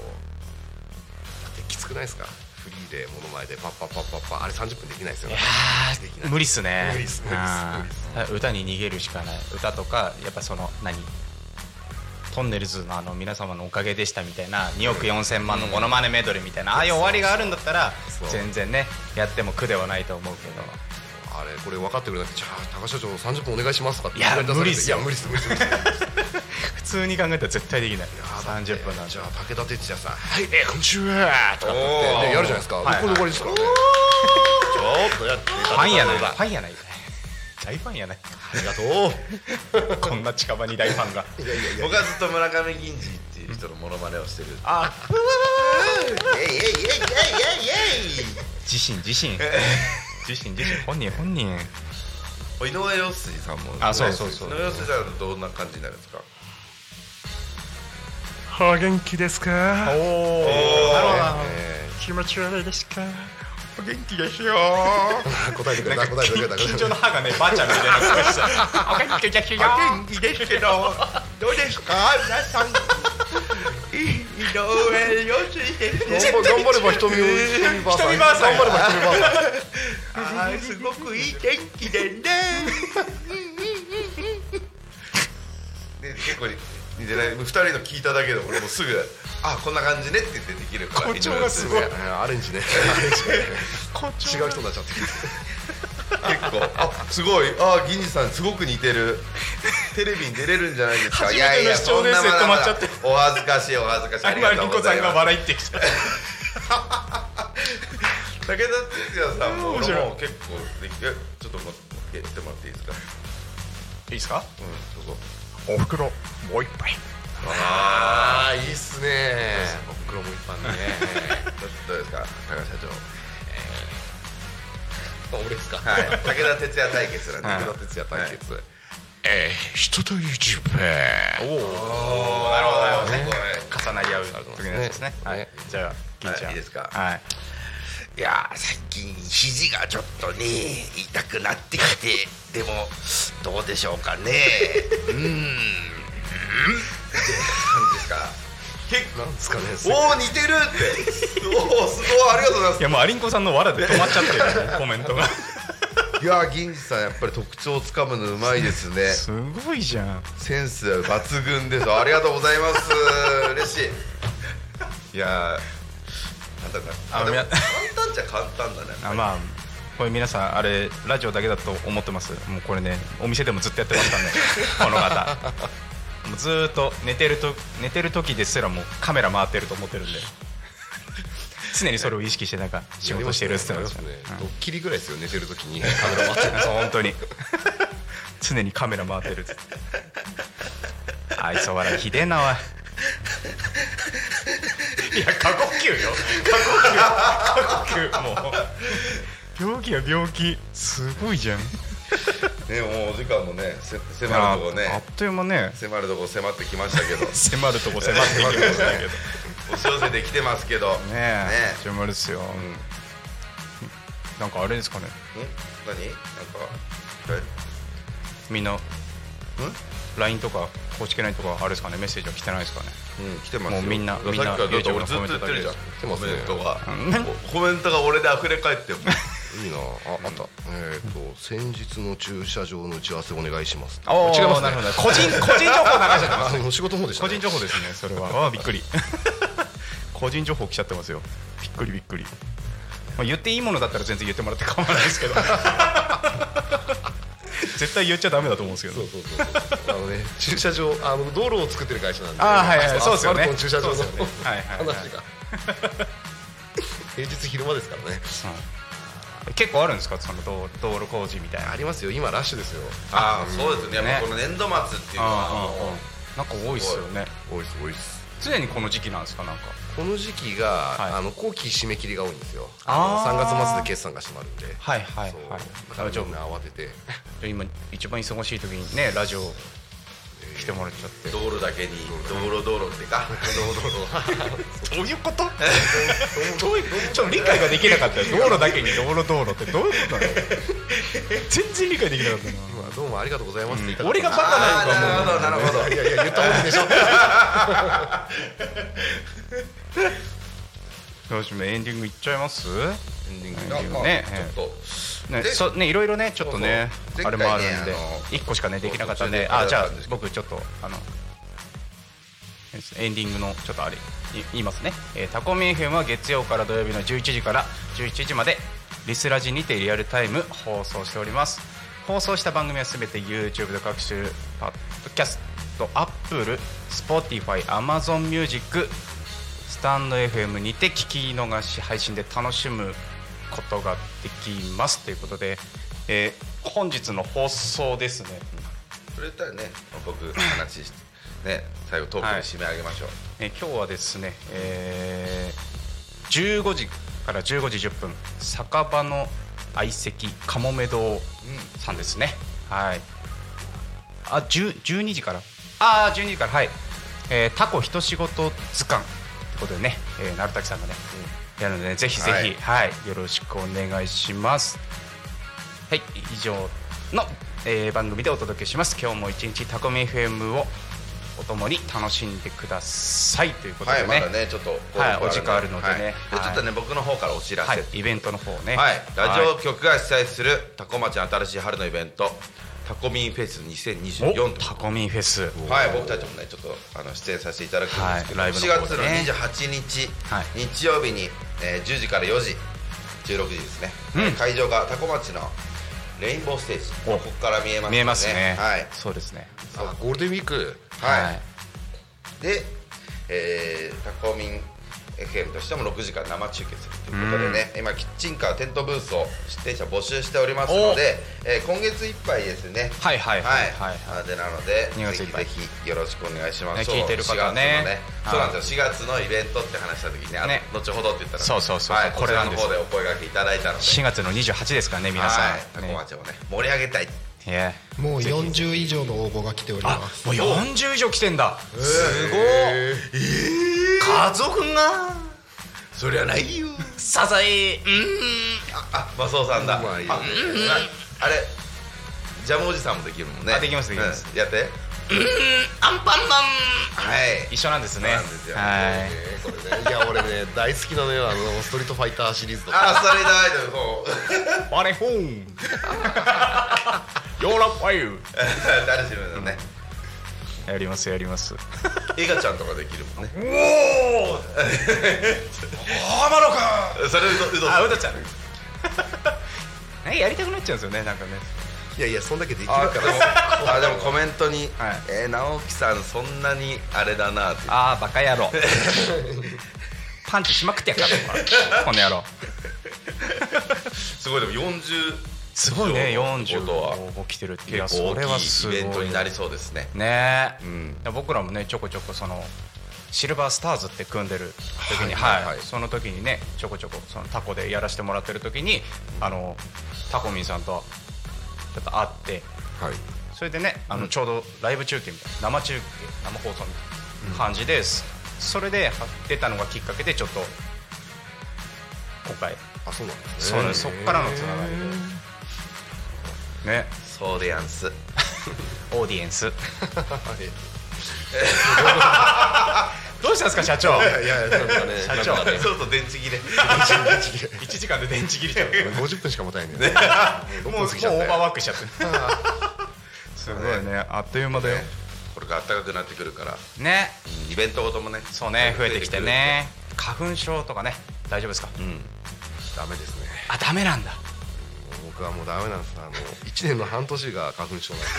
Speaker 3: ってきつくないですかフリーで物前でパッパッパッパッパあれ30分できないですよね
Speaker 4: あー無理っすね
Speaker 3: 無理っす無理っす無理っす
Speaker 4: あー歌に逃げるしかない歌とかやっぱその何トンネルズのあの皆様のおかげでしたみたいな2億4000万のモノマネメドレーみたいな、ああいう終わりがあるんだったら
Speaker 3: そう
Speaker 4: 全然ねやっても苦ではないと思うけど
Speaker 3: あれこれ分かってくれなくてじゃあ高社長30分お願いしますとかって
Speaker 4: いや
Speaker 3: いきなり出されて
Speaker 4: 無理っすよ
Speaker 3: いや無理っす無理 っす無理っす
Speaker 4: 普通に考えたら絶対できない
Speaker 3: だって
Speaker 4: 30分なんて
Speaker 3: じゃあ武田鉄矢さん「はいえーこんにちは」とかって言って、
Speaker 5: おー
Speaker 3: ね、やるじゃないですか、
Speaker 4: はいはい
Speaker 3: これで終わりですからね
Speaker 5: ちょっとやって
Speaker 4: ファンやないファンやない大ファンやない
Speaker 3: ありが とう
Speaker 4: こんな近場に大ファンが
Speaker 3: いやいやいや
Speaker 5: 僕はずっと村上銀次っていう人のモノマネをしてる
Speaker 4: あ
Speaker 5: イエイエイエイエイエイエイ
Speaker 4: 自身自身自 身自身本人本人
Speaker 5: 井上陽水さんも
Speaker 4: あそうそうそう
Speaker 5: 井上陽水さんはどんな感じになるんですか
Speaker 6: お元気ですか
Speaker 4: おお
Speaker 5: なるほど
Speaker 3: え
Speaker 6: 気持ち悪いですか
Speaker 4: お元気ですよ
Speaker 3: 答えてくれ
Speaker 4: なん
Speaker 3: た
Speaker 4: か
Speaker 3: 答えてくれた答えて
Speaker 4: 緊
Speaker 3: くれ
Speaker 4: 張の歯がねばあちゃんみたいな声したお元気ですよ
Speaker 5: 元気ですけどどうですか皆さ んい井上陽水です
Speaker 3: た頑張頑張れば瞳を瞳ばあさん
Speaker 4: 瞳ばあさん
Speaker 3: 頑張れば瞳ばあさん
Speaker 5: あーすごくいい天気で ねで結構似てない二人の聞いただけで俺もうすぐあこんな感じねって言ってできるから
Speaker 4: 誇張がすごい
Speaker 5: 結
Speaker 3: えーアレンジね違う人になっちゃって
Speaker 5: 構あすごいあ銀次さんすごく似てるテレビに出れるんじゃないですか
Speaker 4: 初めての視聴です
Speaker 5: いやいやそんなまだま
Speaker 4: 止
Speaker 5: だ
Speaker 4: まっちゃって
Speaker 5: お恥ずかしいお恥ずかしいあり
Speaker 4: 今
Speaker 5: がと
Speaker 4: リ
Speaker 5: うご
Speaker 4: コ
Speaker 5: ざ
Speaker 4: さ
Speaker 5: い
Speaker 4: ん
Speaker 5: ま
Speaker 4: が
Speaker 5: す
Speaker 4: 笑いってきた
Speaker 5: 武田鉄矢さんも
Speaker 4: 面白い
Speaker 5: 俺も結構できえちょっと持ってってもらっていいですか
Speaker 4: いいですか
Speaker 5: うんどうぞ
Speaker 4: おふくろもう一杯
Speaker 3: ああいいっすねお袋も一般ね
Speaker 5: どうですか高橋社長
Speaker 3: 俺ですか
Speaker 5: はい、武田鉄矢対決なんで、
Speaker 4: はい
Speaker 5: 武田鉄矢対決。
Speaker 3: えー人と一部
Speaker 5: おお、なるほど、なるほど、ね、
Speaker 4: 重なり合う時のやつですね
Speaker 3: ね
Speaker 4: はいじゃあ銀ちゃん
Speaker 5: はいいいですか
Speaker 4: はい
Speaker 5: いやー、最近肘がちょっとね、痛くなってきて、でも、どうでしょうかね。うーん。うーんって感じですか。
Speaker 3: なんですかね
Speaker 5: おお、似てるって。 おお、すごい、ありがとうございます
Speaker 4: い。やもうアリンコさんの藁で止まっちゃってるよねコメントが
Speaker 5: いやー、銀次さん、やっぱり特徴をつかむのうまいですね。
Speaker 4: すごいじゃん
Speaker 5: センス抜群です。ありがとうございます。嬉しい。いやー、なんだか、
Speaker 4: あ
Speaker 5: あ、でも
Speaker 4: みな
Speaker 5: 簡単じゃ簡単だね。
Speaker 4: あまあこれ皆さんあれラジオだけだと思ってますもうこれねお店でもずっとやってましたんでこ の方もうずーっと寝てると寝てる時ですらもうカメラ回ってると思ってるんで常にそれを意識してなんか仕事してるっつって
Speaker 3: や
Speaker 4: ま
Speaker 3: りま
Speaker 4: し
Speaker 3: す
Speaker 4: た
Speaker 3: ね
Speaker 4: ね
Speaker 3: ドッキリぐらいですよ寝てる時に
Speaker 4: うんそう本当に常にカメラ回ってるっつって愛想笑いひでえなおいいや過呼吸よ過呼吸過呼吸もう病気や病気すごいじゃん
Speaker 5: ね、もうお時間もね、せ迫
Speaker 4: あ
Speaker 5: るとこ
Speaker 4: あっ
Speaker 5: ね、
Speaker 4: という間ね
Speaker 5: 迫るとこ迫ってきました けど、
Speaker 4: 迫るとこ迫っていきました けどね
Speaker 5: お知らせできてますけど、ね
Speaker 4: え
Speaker 5: ね
Speaker 4: 始まるっすよ、なんかあれですかね
Speaker 5: え、ん何？なんか、え
Speaker 4: みんな LINE とか公式 LINE とかあれですかねメッセージは来てないですかね
Speaker 5: うん、来てますよ。
Speaker 4: もうみんな
Speaker 5: さっ
Speaker 4: み
Speaker 5: き
Speaker 4: んな
Speaker 5: からだって俺ずっ
Speaker 4: YouTube の
Speaker 5: と言ってるじゃん。
Speaker 3: コメントだけ
Speaker 5: コメ
Speaker 3: で
Speaker 5: ン
Speaker 4: て
Speaker 5: ト
Speaker 4: ますね
Speaker 5: が、コメントが俺で溢れ返っ てる。
Speaker 3: いいなああったえっと先日の駐車場の打ち合わせお願いします
Speaker 4: おー
Speaker 3: 違います
Speaker 4: な
Speaker 3: ね
Speaker 4: るほど個 人個人情報流しちゃってま
Speaker 3: あ
Speaker 4: す
Speaker 3: の仕事の方でした
Speaker 4: 個
Speaker 3: ね
Speaker 4: 人情報ですねそれ はあーびっくり個人情報来ちゃってますよびっくりびっくり、まあ、言っていいものだったら全然言ってもらって構わないです けど絶対言っちゃダメだと思うんですけど
Speaker 3: そうそうそうそうあのね駐車場あの道路を作ってる会社なんで
Speaker 4: あーはいはい
Speaker 3: の
Speaker 4: そうですよね
Speaker 3: アスファルトの駐車場の
Speaker 4: そうですよねはいはいはい
Speaker 3: 話が平日昼間ですからね
Speaker 4: うん結構あるんですかその道道路工事みたいな
Speaker 3: ありますよ今ラッシュですよ
Speaker 5: ああ、そうですね。
Speaker 4: ね
Speaker 5: やっぱこの年度末っていうのは
Speaker 4: あーあー
Speaker 5: も
Speaker 4: あーなんか多いですよね
Speaker 5: う、多いです、多いです。
Speaker 4: 常にこの時期なんですかなんか
Speaker 3: この時期が、
Speaker 4: い
Speaker 3: あの後期締め切りが多いんですよ
Speaker 4: あー
Speaker 3: あの3月末で決算が閉まるんで
Speaker 4: はいはい
Speaker 3: そう
Speaker 4: はい
Speaker 3: だからみんな慌てて
Speaker 4: 今一番忙しい時にねラジオ来てもらっちゃって
Speaker 5: 道路だけに道路道路って か
Speaker 4: どういうこと どういうちょっと理解ができなかったよ道路だけに道路道路ってどういうことなの全然理解できなかったな
Speaker 3: まあどうもありがとうございますって言った
Speaker 4: 俺がバカな
Speaker 5: あ
Speaker 4: のかも
Speaker 5: あーなるほどなるほど
Speaker 3: いやいや言ったもんでしょ
Speaker 4: どうしようエンディングいっちゃいます
Speaker 5: エンディング
Speaker 4: エンディング
Speaker 5: が
Speaker 4: ね
Speaker 5: まあちょっと
Speaker 4: ね
Speaker 5: で
Speaker 4: そうねいろいろねちょっとね
Speaker 5: そうそ
Speaker 4: あ
Speaker 5: う
Speaker 4: れもあるん
Speaker 5: 前回
Speaker 4: で
Speaker 5: ねあの
Speaker 4: 一個しかねできなかったんで
Speaker 5: そうそう
Speaker 4: あじゃあ
Speaker 5: 途中であれだったんですけ
Speaker 4: 僕ちょっとあのエンディングのちょっとあれい言いますね、えータコミ FM は月曜から土曜日の11時から11時までリスラジにてリアルタイム放送しております放送した番組はすべて YouTube で各種パッドキャスト Apple、Spotify、Amazon Music スタンド FM にて聞き逃し配信で楽しむことができますということで、えー本日の放送ですね、
Speaker 5: それとはね僕話してね最後トークで締め上げましょう
Speaker 4: えー今日はですね、えー15時から15時10分酒場の相席かもめ堂さんですね、はいあ10 12時からああ12時からはい、えータコ一仕事図鑑ことでね、えー、鳴滝さんがね、やるので、ね、ぜひぜひ、はい、よろしくお願いします。はい、以上の、えー番組でお届けします。今日も一日タコミ FM をおともに楽しんでくださいということ
Speaker 5: は
Speaker 4: で
Speaker 5: い、
Speaker 4: ね。
Speaker 5: まだね、ちょっと、
Speaker 4: はいお時間あるのでね
Speaker 5: はいで
Speaker 4: はい
Speaker 5: ちょっとね、僕の方からお知ら
Speaker 4: はい
Speaker 5: せ。
Speaker 4: イベントの方ね。
Speaker 5: はい、ラジオ
Speaker 4: はい
Speaker 5: 局が主催するタコ町の新しい春のイベントタコミンフェス2024
Speaker 4: お
Speaker 5: と
Speaker 4: タコミフェス。
Speaker 5: はい、僕たちもねちょっとあの出演させていただくんですけど、
Speaker 4: はいライブの
Speaker 5: 4
Speaker 4: 方
Speaker 5: 月
Speaker 4: で
Speaker 5: の
Speaker 4: ね
Speaker 5: 28日、
Speaker 4: はい
Speaker 5: 日曜日に、えー10時から4時16時ですね、
Speaker 4: うん
Speaker 5: 会場がタコ町のレインボーステージ
Speaker 4: お
Speaker 5: ここから見えます
Speaker 4: 見えますね。
Speaker 5: はい、
Speaker 4: そうですね。
Speaker 3: あゴールデンウィーク
Speaker 5: はいで、えータコミン FM としても6時間生中継するということでね、今キッチンカーテントブースを出店者募集しておりますので、えー今月いっぱいですね
Speaker 4: はいはいはいはい
Speaker 5: あでなので
Speaker 4: 二月
Speaker 5: ぜ
Speaker 4: いっ
Speaker 5: ひ
Speaker 4: ぱい
Speaker 5: ぜひよろしくお願いします、
Speaker 4: ね聞いてる方ね
Speaker 5: 4月のそうなんですよ4月のイベントって話した時に、ね、あの
Speaker 4: ね
Speaker 5: 後ほどって言ったら
Speaker 4: そうそうそう
Speaker 5: はい、
Speaker 4: こ
Speaker 5: こ
Speaker 4: れ
Speaker 5: れ
Speaker 4: な
Speaker 5: ら
Speaker 4: ん
Speaker 5: の
Speaker 4: です
Speaker 5: 方でお声掛けいただいたので
Speaker 4: 4月の28ですからね皆さん。
Speaker 5: はい、タコ
Speaker 4: ね
Speaker 5: 町をね盛り上げたい
Speaker 4: ね
Speaker 6: もう40以上の応募が来ており
Speaker 4: あ
Speaker 6: ま
Speaker 4: も
Speaker 6: す
Speaker 4: う40以上来てんだ。
Speaker 5: すごい、え家族がそりゃな いよ
Speaker 4: サザエ。
Speaker 5: あ、マスオさんだ。あ、
Speaker 3: うまい
Speaker 5: ああれ、ジャムおじさんもできるもんね。
Speaker 4: あできますできます
Speaker 5: うんやって。はい。
Speaker 4: 一緒なんですね。
Speaker 5: そうなんですよ
Speaker 4: はい。
Speaker 3: これねいや俺ね大好きなのよあのストリートファイターシリーズとか
Speaker 5: あ、それだアイドルそう。
Speaker 4: あれほん。ヨーロッパユ
Speaker 5: 誰しもだね。
Speaker 4: やりますやります。
Speaker 5: エガちゃんとかできるもんね。
Speaker 4: おお。浜野く
Speaker 5: それうどうど
Speaker 4: ん。あ
Speaker 5: さん
Speaker 4: うだちゃん。ねやりたくなっちゃうんですよねなんかね。
Speaker 3: いやいやそんだけできる
Speaker 5: あで
Speaker 3: か
Speaker 5: もあでもコメントに
Speaker 4: はい
Speaker 5: 「えー直樹さんそんなにあれだな」って
Speaker 4: ああバカ 野郎。パンチしまくってやっからこの野郎。
Speaker 5: すごいでも40
Speaker 4: すごいね40
Speaker 5: ことは
Speaker 4: 応募来てるっていや
Speaker 5: 結構
Speaker 4: それは
Speaker 5: 大き
Speaker 4: す
Speaker 5: いイ
Speaker 4: ごい
Speaker 5: ベントになりそうですね
Speaker 4: ねえ、
Speaker 5: ん
Speaker 4: で僕らもねちょこちょこそのシルバースターズって組んでる時に、
Speaker 5: は
Speaker 4: はいい
Speaker 5: はいはい
Speaker 4: その時にねちょこちょこそのタコでやらせてもらってる時に、あのタコミンさんとちょっと会って
Speaker 3: はい
Speaker 4: それでねあのちょうどライブ中継みたいな生中継生放送みたいな感じです、それでは出たのがきっかけでちょっと今回
Speaker 3: あそうなんです
Speaker 4: そ
Speaker 3: ね
Speaker 4: うそっからのつながりでね
Speaker 5: そうでやんす
Speaker 4: オーディエンスどうしたんですか社長
Speaker 3: いやいやなんかね
Speaker 4: 社長
Speaker 5: そうそう電池切れ
Speaker 4: 1時間で電池切れちゃう
Speaker 3: 50分しか持たないんだよね
Speaker 4: もう
Speaker 3: も
Speaker 4: もうオ
Speaker 3: う過ぎちゃって
Speaker 4: ーバーワークしちゃってすごいねあっという間だよ
Speaker 5: これが暖かくなってくるから
Speaker 4: ね
Speaker 5: イベントごともね
Speaker 4: そうね増えてきてね花粉症とかね大丈夫ですか
Speaker 5: うん
Speaker 3: ダメですね
Speaker 4: あダメなんだ
Speaker 3: 僕はもうダメなんですあの1年の半年が花粉症なんで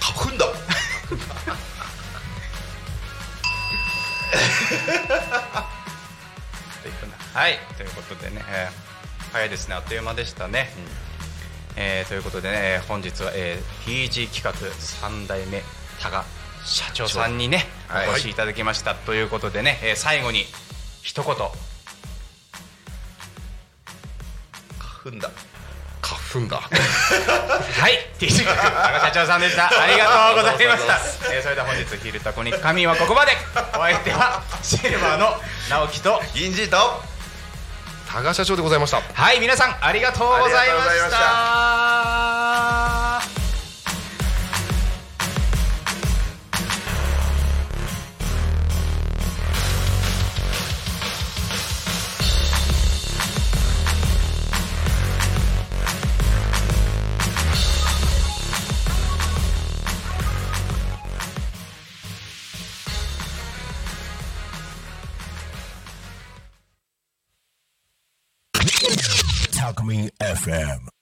Speaker 5: 花粉だ
Speaker 4: はいということでね、えー早いですねあっという間でしたね、えーということでね本日は、えー、PG 企画3代目多賀社長さんにね
Speaker 5: はい
Speaker 4: お越しいただきました、ということでね、えー最後に一言
Speaker 5: 花粉だ
Speaker 3: 花粉だ
Speaker 4: はい、TG 学社長さんでした。ありがとうございました。えーそれでは本日ヒルタコに神はここまで。お相手はシルバーの直樹と。
Speaker 5: 銀次と
Speaker 3: 多賀社長でございました
Speaker 4: はい、皆さんありがとうございま
Speaker 5: ありがとうございま
Speaker 4: し。
Speaker 5: した
Speaker 7: Talk Me FM.